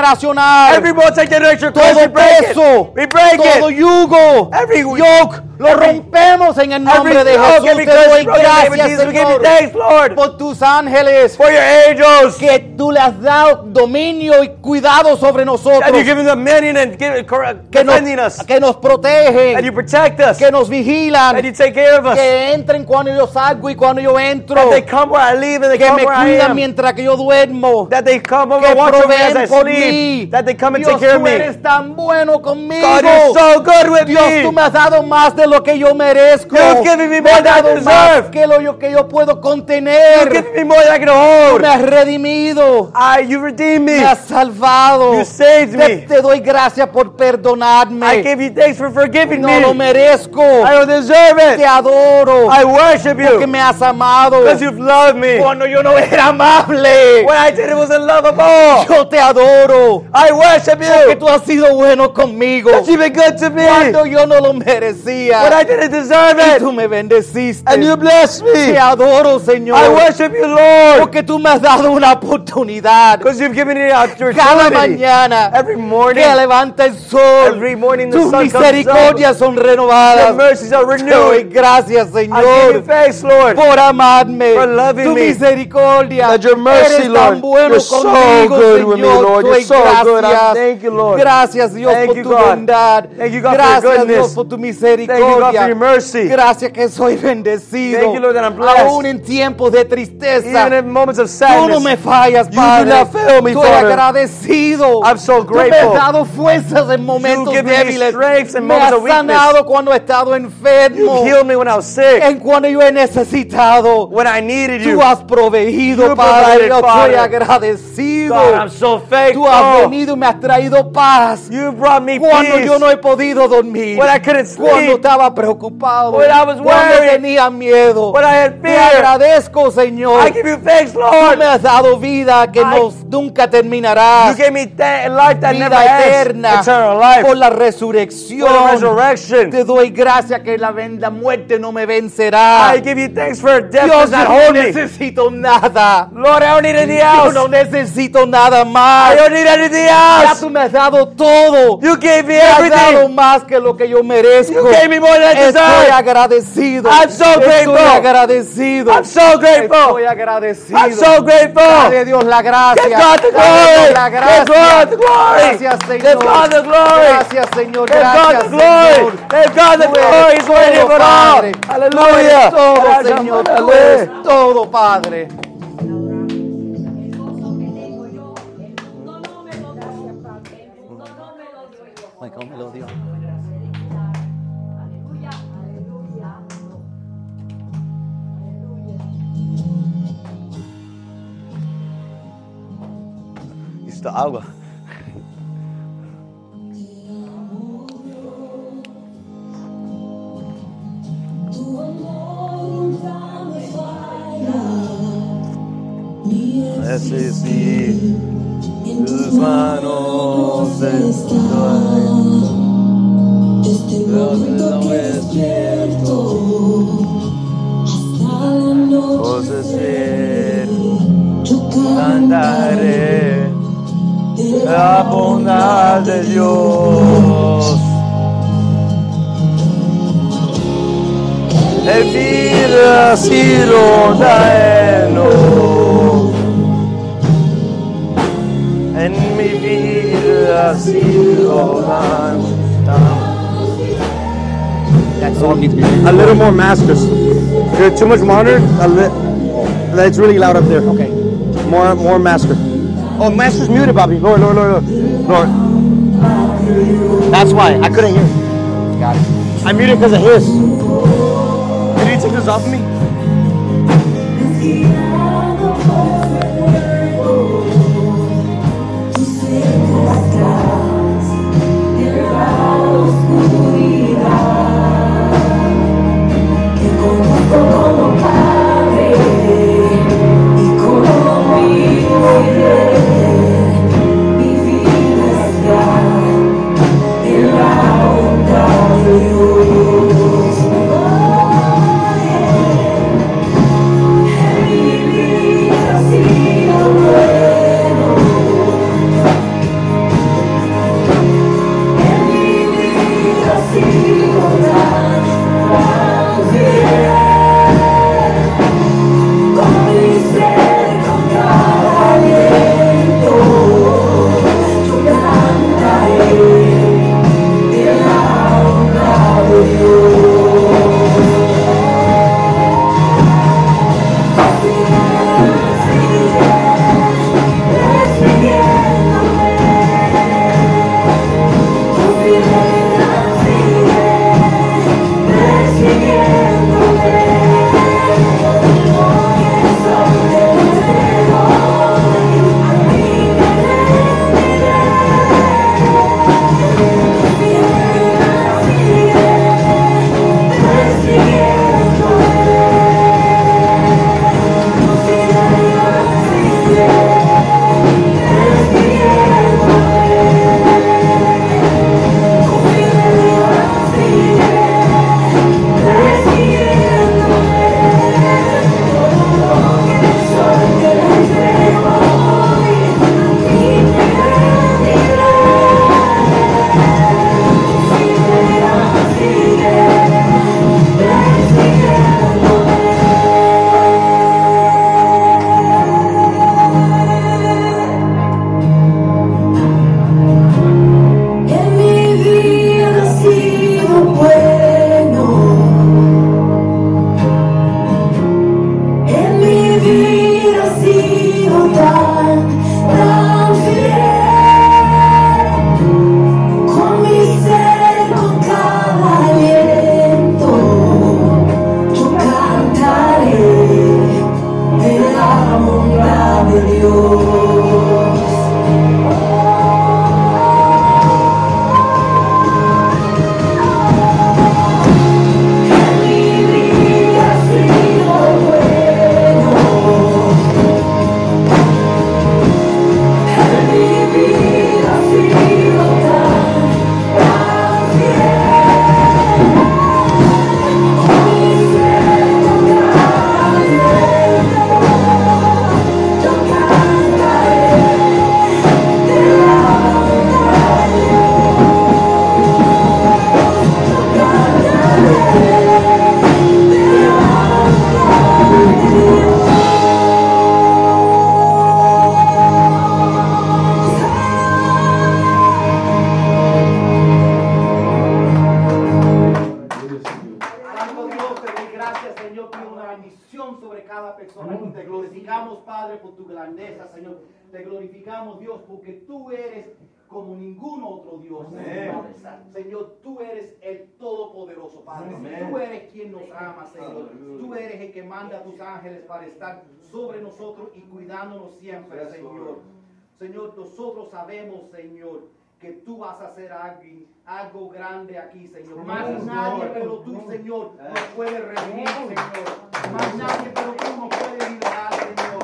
Speaker 3: multigeneracional.
Speaker 1: Every multi-generation curse, we
Speaker 3: todo
Speaker 1: break
Speaker 3: peso.
Speaker 1: it. We break
Speaker 3: todo
Speaker 1: it.
Speaker 3: yugo.
Speaker 1: Every
Speaker 3: yoke. Lo
Speaker 1: every-
Speaker 3: rompemos en el nombre
Speaker 1: Every
Speaker 3: de
Speaker 1: yoke,
Speaker 3: Jesús.
Speaker 1: every
Speaker 3: Te doy
Speaker 1: curse, we break it. In the name of
Speaker 3: gracias,
Speaker 1: Jesus, we give you
Speaker 3: Señor.
Speaker 1: thanks, Lord.
Speaker 3: Por tus ángeles.
Speaker 1: For your angels.
Speaker 3: Que tú le has dado dominio y cuidado sobre
Speaker 1: And you
Speaker 3: nosotros.
Speaker 1: give them dominion and give it correct,
Speaker 3: Que nos,
Speaker 1: defending us.
Speaker 3: que nos
Speaker 1: And you
Speaker 3: protegen.
Speaker 1: protect us.
Speaker 3: Que nos vigilan.
Speaker 1: And you take care of us.
Speaker 3: Que entren cuando yo salgo y cuando yo entro.
Speaker 1: That they come where I leave and they
Speaker 3: Que
Speaker 1: come
Speaker 3: me
Speaker 1: where I
Speaker 3: cuidan
Speaker 1: am.
Speaker 3: mientras que yo duermo.
Speaker 1: That they come over
Speaker 3: que
Speaker 1: and watch over me as I
Speaker 3: proveen por mí.
Speaker 1: sleep. That they come and
Speaker 3: Dios,
Speaker 1: take care of
Speaker 3: tú
Speaker 1: me.
Speaker 3: eres tan bueno conmigo.
Speaker 1: God, you're so good with
Speaker 3: Dios,
Speaker 1: me.
Speaker 3: tú me has dado más de lo que yo merezco.
Speaker 1: You've given me
Speaker 3: Me
Speaker 1: more
Speaker 3: has
Speaker 1: than I
Speaker 3: dado más
Speaker 1: deserve.
Speaker 3: que lo yo- que yo puedo
Speaker 1: You've
Speaker 3: contener.
Speaker 1: given me more than I can hold.
Speaker 3: Me has redimido.
Speaker 1: I, you redeemed me.
Speaker 3: Me has salvado.
Speaker 1: You saved
Speaker 3: Te,
Speaker 1: me.
Speaker 3: te doy gracias por
Speaker 1: I
Speaker 3: perdonarme.
Speaker 1: give you thanks for forgiving
Speaker 3: No
Speaker 1: me.
Speaker 3: lo merezco.
Speaker 1: I don't deserve
Speaker 3: Te
Speaker 1: it.
Speaker 3: adoro.
Speaker 1: I worship
Speaker 3: Porque
Speaker 1: you
Speaker 3: me has amado.
Speaker 1: because you've loved me. What
Speaker 3: Cuando yo no era amable.
Speaker 1: I did it was in love of all.
Speaker 3: Yo te adoro.
Speaker 1: I worship
Speaker 3: Porque
Speaker 1: you
Speaker 3: tú has sido bueno conmigo.
Speaker 1: because you've been good to me.
Speaker 3: Cuando yo no lo
Speaker 1: When
Speaker 3: merecía.
Speaker 1: I didn't deserve
Speaker 3: Y
Speaker 1: it.
Speaker 3: tú me bendeciste.
Speaker 1: And you bless me.
Speaker 3: Te adoro, Señor.
Speaker 1: I worship you, Lord,
Speaker 3: Porque tú me has dado una oportunidad.
Speaker 1: because you've given me an
Speaker 3: Cada
Speaker 1: opportunity.
Speaker 3: mañana
Speaker 1: Every morning,
Speaker 3: que levanta el sol,
Speaker 1: Every morning the
Speaker 3: tus
Speaker 1: sun comes
Speaker 3: misericordias son
Speaker 1: your
Speaker 3: renovadas.
Speaker 1: mercies are
Speaker 3: Te doy
Speaker 1: renewed.
Speaker 3: gracias,
Speaker 1: I give you
Speaker 3: Señor,
Speaker 1: thanks, Lord.
Speaker 3: por amarme.
Speaker 1: for loving
Speaker 3: tu
Speaker 1: me.
Speaker 3: misericordia.
Speaker 1: That your mercy,
Speaker 3: Eres tan
Speaker 1: Lord.
Speaker 3: bueno
Speaker 1: You're so
Speaker 3: conmigo,
Speaker 1: good
Speaker 3: Señor.
Speaker 1: with me, Lord.
Speaker 3: Te doy
Speaker 1: You're so good. I
Speaker 3: gracias.
Speaker 1: thank you, Lord.
Speaker 3: Gracias, Dios,
Speaker 1: Thank
Speaker 3: por
Speaker 1: you,
Speaker 3: tu
Speaker 1: God.
Speaker 3: bondad.
Speaker 1: Thank you, God, for your
Speaker 3: gracias, Dios,
Speaker 1: goodness.
Speaker 3: por
Speaker 1: Thank
Speaker 3: tu
Speaker 1: you, God,
Speaker 3: misericordia.
Speaker 1: for your mercy.
Speaker 3: Gracias que soy bendecido.
Speaker 1: Thank you, Lord, that I'm blessed.
Speaker 3: Aún en tiempos de tristeza.
Speaker 1: Even in moments of
Speaker 3: Tú no me
Speaker 1: sadness,
Speaker 3: fallas,
Speaker 1: You
Speaker 3: Padre.
Speaker 1: do not fail me,
Speaker 3: Estoy
Speaker 1: Father.
Speaker 3: agradecido.
Speaker 1: I'm so
Speaker 3: Tú
Speaker 1: grateful.
Speaker 3: me has dado fuerzas en momentos
Speaker 1: given me
Speaker 3: débiles.
Speaker 1: strengths in
Speaker 3: me
Speaker 1: moments
Speaker 3: has
Speaker 1: of weakness.
Speaker 3: sanado cuando he estado
Speaker 1: you
Speaker 3: enfermo.
Speaker 1: healed me when I was sick,
Speaker 3: En cuando yo he necesitado.
Speaker 1: when I needed you.
Speaker 3: Tú has proveído,
Speaker 1: You provided,
Speaker 3: Padre. Yo estoy
Speaker 1: Father.
Speaker 3: agradecido.
Speaker 1: God, I'm so
Speaker 3: Tú has
Speaker 1: thankful.
Speaker 3: venido y me has traído paz.
Speaker 1: You brought me
Speaker 3: Cuando
Speaker 1: peace.
Speaker 3: yo no he podido dormir,
Speaker 1: When I couldn't
Speaker 3: cuando
Speaker 1: sleep.
Speaker 3: estaba preocupado,
Speaker 1: When I was
Speaker 3: cuando
Speaker 1: worried.
Speaker 3: tenía miedo,
Speaker 1: When I had
Speaker 3: te
Speaker 1: fear.
Speaker 3: agradezco, Señor.
Speaker 1: I give you thanks,
Speaker 3: Tú
Speaker 1: Lord.
Speaker 3: me has dado vida que
Speaker 1: I-
Speaker 3: no- nunca terminará.
Speaker 1: You gave me th- life that never
Speaker 3: vida eterna
Speaker 1: ends. Eternal life.
Speaker 3: por la
Speaker 1: For the
Speaker 3: resurrección.
Speaker 1: resurrection.
Speaker 3: Te doy gracias que la, ven- la muerte no me vencerá.
Speaker 1: I give you thanks for death
Speaker 3: Dios,
Speaker 1: does
Speaker 3: yo
Speaker 1: not
Speaker 3: no
Speaker 1: hold me.
Speaker 3: necesito nada.
Speaker 1: Lord, I don't need anything
Speaker 3: Yo no
Speaker 1: else.
Speaker 3: necesito nada
Speaker 1: I
Speaker 3: más.
Speaker 1: don't need anything
Speaker 3: Ya
Speaker 1: else.
Speaker 3: tú me has dado todo.
Speaker 1: You gave me
Speaker 3: Me has dado
Speaker 1: everything.
Speaker 3: más que lo que yo merezco.
Speaker 1: You gave me more than I
Speaker 3: Estoy
Speaker 1: deserve.
Speaker 3: agradecido.
Speaker 1: I'm so
Speaker 3: Estoy
Speaker 1: grateful.
Speaker 3: agradecido.
Speaker 1: I'm so
Speaker 3: Estoy
Speaker 1: grateful.
Speaker 3: agradecido.
Speaker 1: I'm so
Speaker 3: Dale a
Speaker 1: grateful.
Speaker 3: Dios la gracia.
Speaker 1: Give God the
Speaker 3: Dale a Dios
Speaker 1: glory.
Speaker 3: la
Speaker 1: Give
Speaker 3: gracia.
Speaker 1: God the glory.
Speaker 3: Gracias, Señor.
Speaker 1: Give God the glory.
Speaker 3: Gracias, Señor.
Speaker 1: Give God
Speaker 3: Gracias,
Speaker 1: the glory.
Speaker 3: Señor.
Speaker 1: Give God the
Speaker 3: Tú eres
Speaker 1: glory. He's worthy
Speaker 3: todo,
Speaker 1: of it all.
Speaker 3: Padre. Tú eres
Speaker 1: Hallelujah.
Speaker 3: todo,
Speaker 1: Gracias,
Speaker 3: Señor. Tú
Speaker 1: Hallelujah.
Speaker 3: eres todo, Padre. Ay, cómo me lo dio.
Speaker 1: Está agua. sí. Tus manos están.
Speaker 4: Desde el momento que despierto hasta la
Speaker 1: Poseer,
Speaker 4: noche yo cantaré
Speaker 1: cantaré
Speaker 4: de
Speaker 1: la
Speaker 4: la
Speaker 1: bondad de Dios. El vida si lo daeno. En mi vida si lo daeno.
Speaker 3: That song needs to be-
Speaker 5: A little more masters. You're too much monitor. A li- that's really loud up there.
Speaker 3: Okay.
Speaker 5: More, more master. Oh, master's muted, Bobby. Lord, Lord, Lord, Lord. Lord. That's why I couldn't hear.
Speaker 3: Got it.
Speaker 5: I muted because of his. Can you take this off of me?
Speaker 4: Dios
Speaker 3: Señor, pido una bendición sobre cada persona. Te glorificamos, Padre, por tu grandeza, Señor. Te glorificamos, Dios, porque tú eres como ningún otro Dios. Señor, Padre. Señor, tú eres el Todopoderoso, Padre. Tú eres quien nos ama, Señor. Tú eres el que manda a tus ángeles para estar sobre nosotros y cuidándonos siempre, Señor. Señor, nosotros sabemos, Señor, que tú vas a hacer algo, algo grande aquí, Señor. Más nadie pero tú, Señor, nos puede reunir, Señor. Más nadie pero tú nos puede liberar, Señor.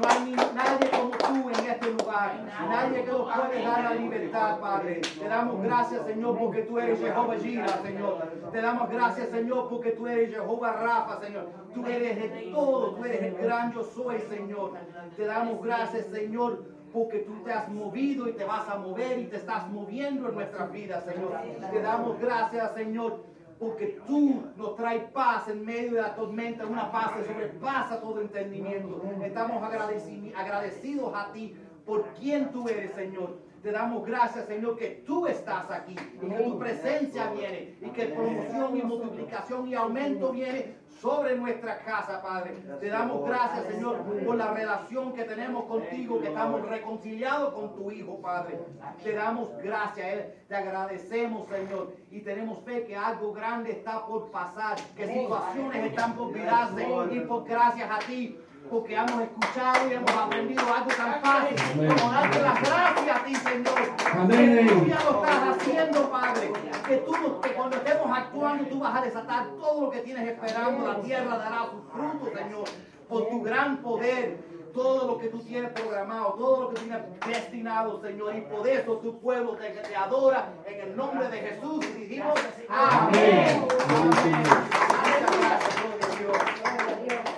Speaker 3: No hay ni- nadie como tú en este lugar. Nadie que nos puede dar la libertad, Padre. Te damos gracias, Señor, porque tú eres Jehová Jireh, Señor. Te damos gracias, Señor, porque tú eres Jehová Rafa, Señor. Tú eres el todo, tú eres el gran yo soy, Señor. Te damos gracias, Señor, porque tú te has movido y te vas a mover y te estás moviendo en nuestras vidas, Señor. Te damos gracias, Señor, porque tú nos traes paz en medio de la tormenta, una paz que sobrepasa todo entendimiento. Estamos agradeci- agradecidos a ti por quien tú eres, Señor. Te damos gracias, Señor, que tú estás aquí y que tu presencia viene y que promoción y multiplicación y aumento viene sobre nuestra casa, Padre. Te damos gracias, Señor, por la relación que tenemos contigo, que estamos reconciliados con tu Hijo, Padre. Te damos gracias, eh, te agradecemos, Señor, y tenemos fe que algo grande está por pasar, que situaciones están por mirarse y por gracias a ti porque hemos escuchado y hemos aprendido algo tan fácil como darte las gracias a ti, Señor. Que tú ya lo estás haciendo, Padre. Que tú, nos- que cuando estemos actuando, tú vas a desatar todo lo que tienes esperando. La tierra dará sus frutos, Señor, por tu gran poder. Todo lo que tú tienes programado, todo lo que tienes destinado, Señor, y por eso tu pueblo te, te adora en el nombre de Jesús. Y dijimos, Amén. Amén. Muchas gracias, gloria a Dios.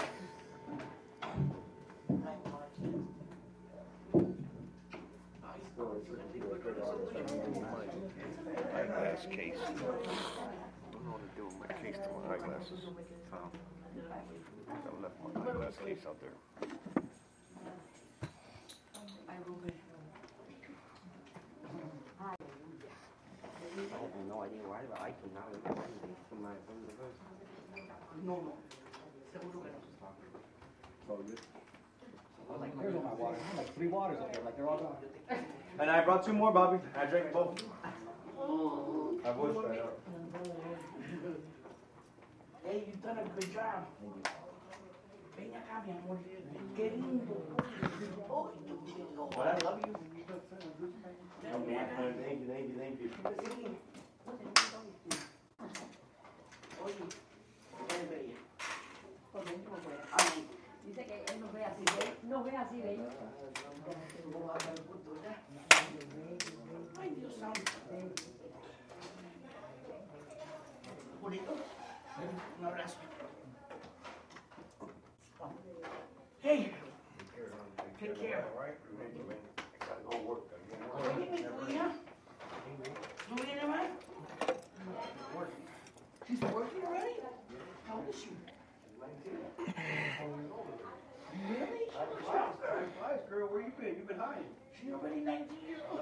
Speaker 6: eyeglass case. I don't know what to do with my case to my eyeglasses. I left my eyeglass case out there.
Speaker 7: I have no idea why, but I cannot remember anything from my from the first.
Speaker 8: There's all my water. I have like three waters up there, like they're all gone.
Speaker 9: And I brought two more, Bobby. I drank both. I was
Speaker 8: Hey, you've done a good job. Ven acá, mi amor. Qué lindo. Oh, tu chico. I love you.
Speaker 9: Thank you, thank you, thank you.
Speaker 8: Oye, qué bella. Pues ven, pues, ven. Ay,
Speaker 10: Dice que él no ve así, ¿ve? no ve así, ¿ve?
Speaker 8: tengo bajo el punto, ya. Ay, Dios santo. Julito, un abrazo. Hey, take care.
Speaker 6: I gotta go work. I gotta go work.
Speaker 8: Oye, mi cuña. ¿No viene más? She's working already? How old is she? Really?
Speaker 9: girl, where you been? You been hiding.
Speaker 8: She already nineteen years old?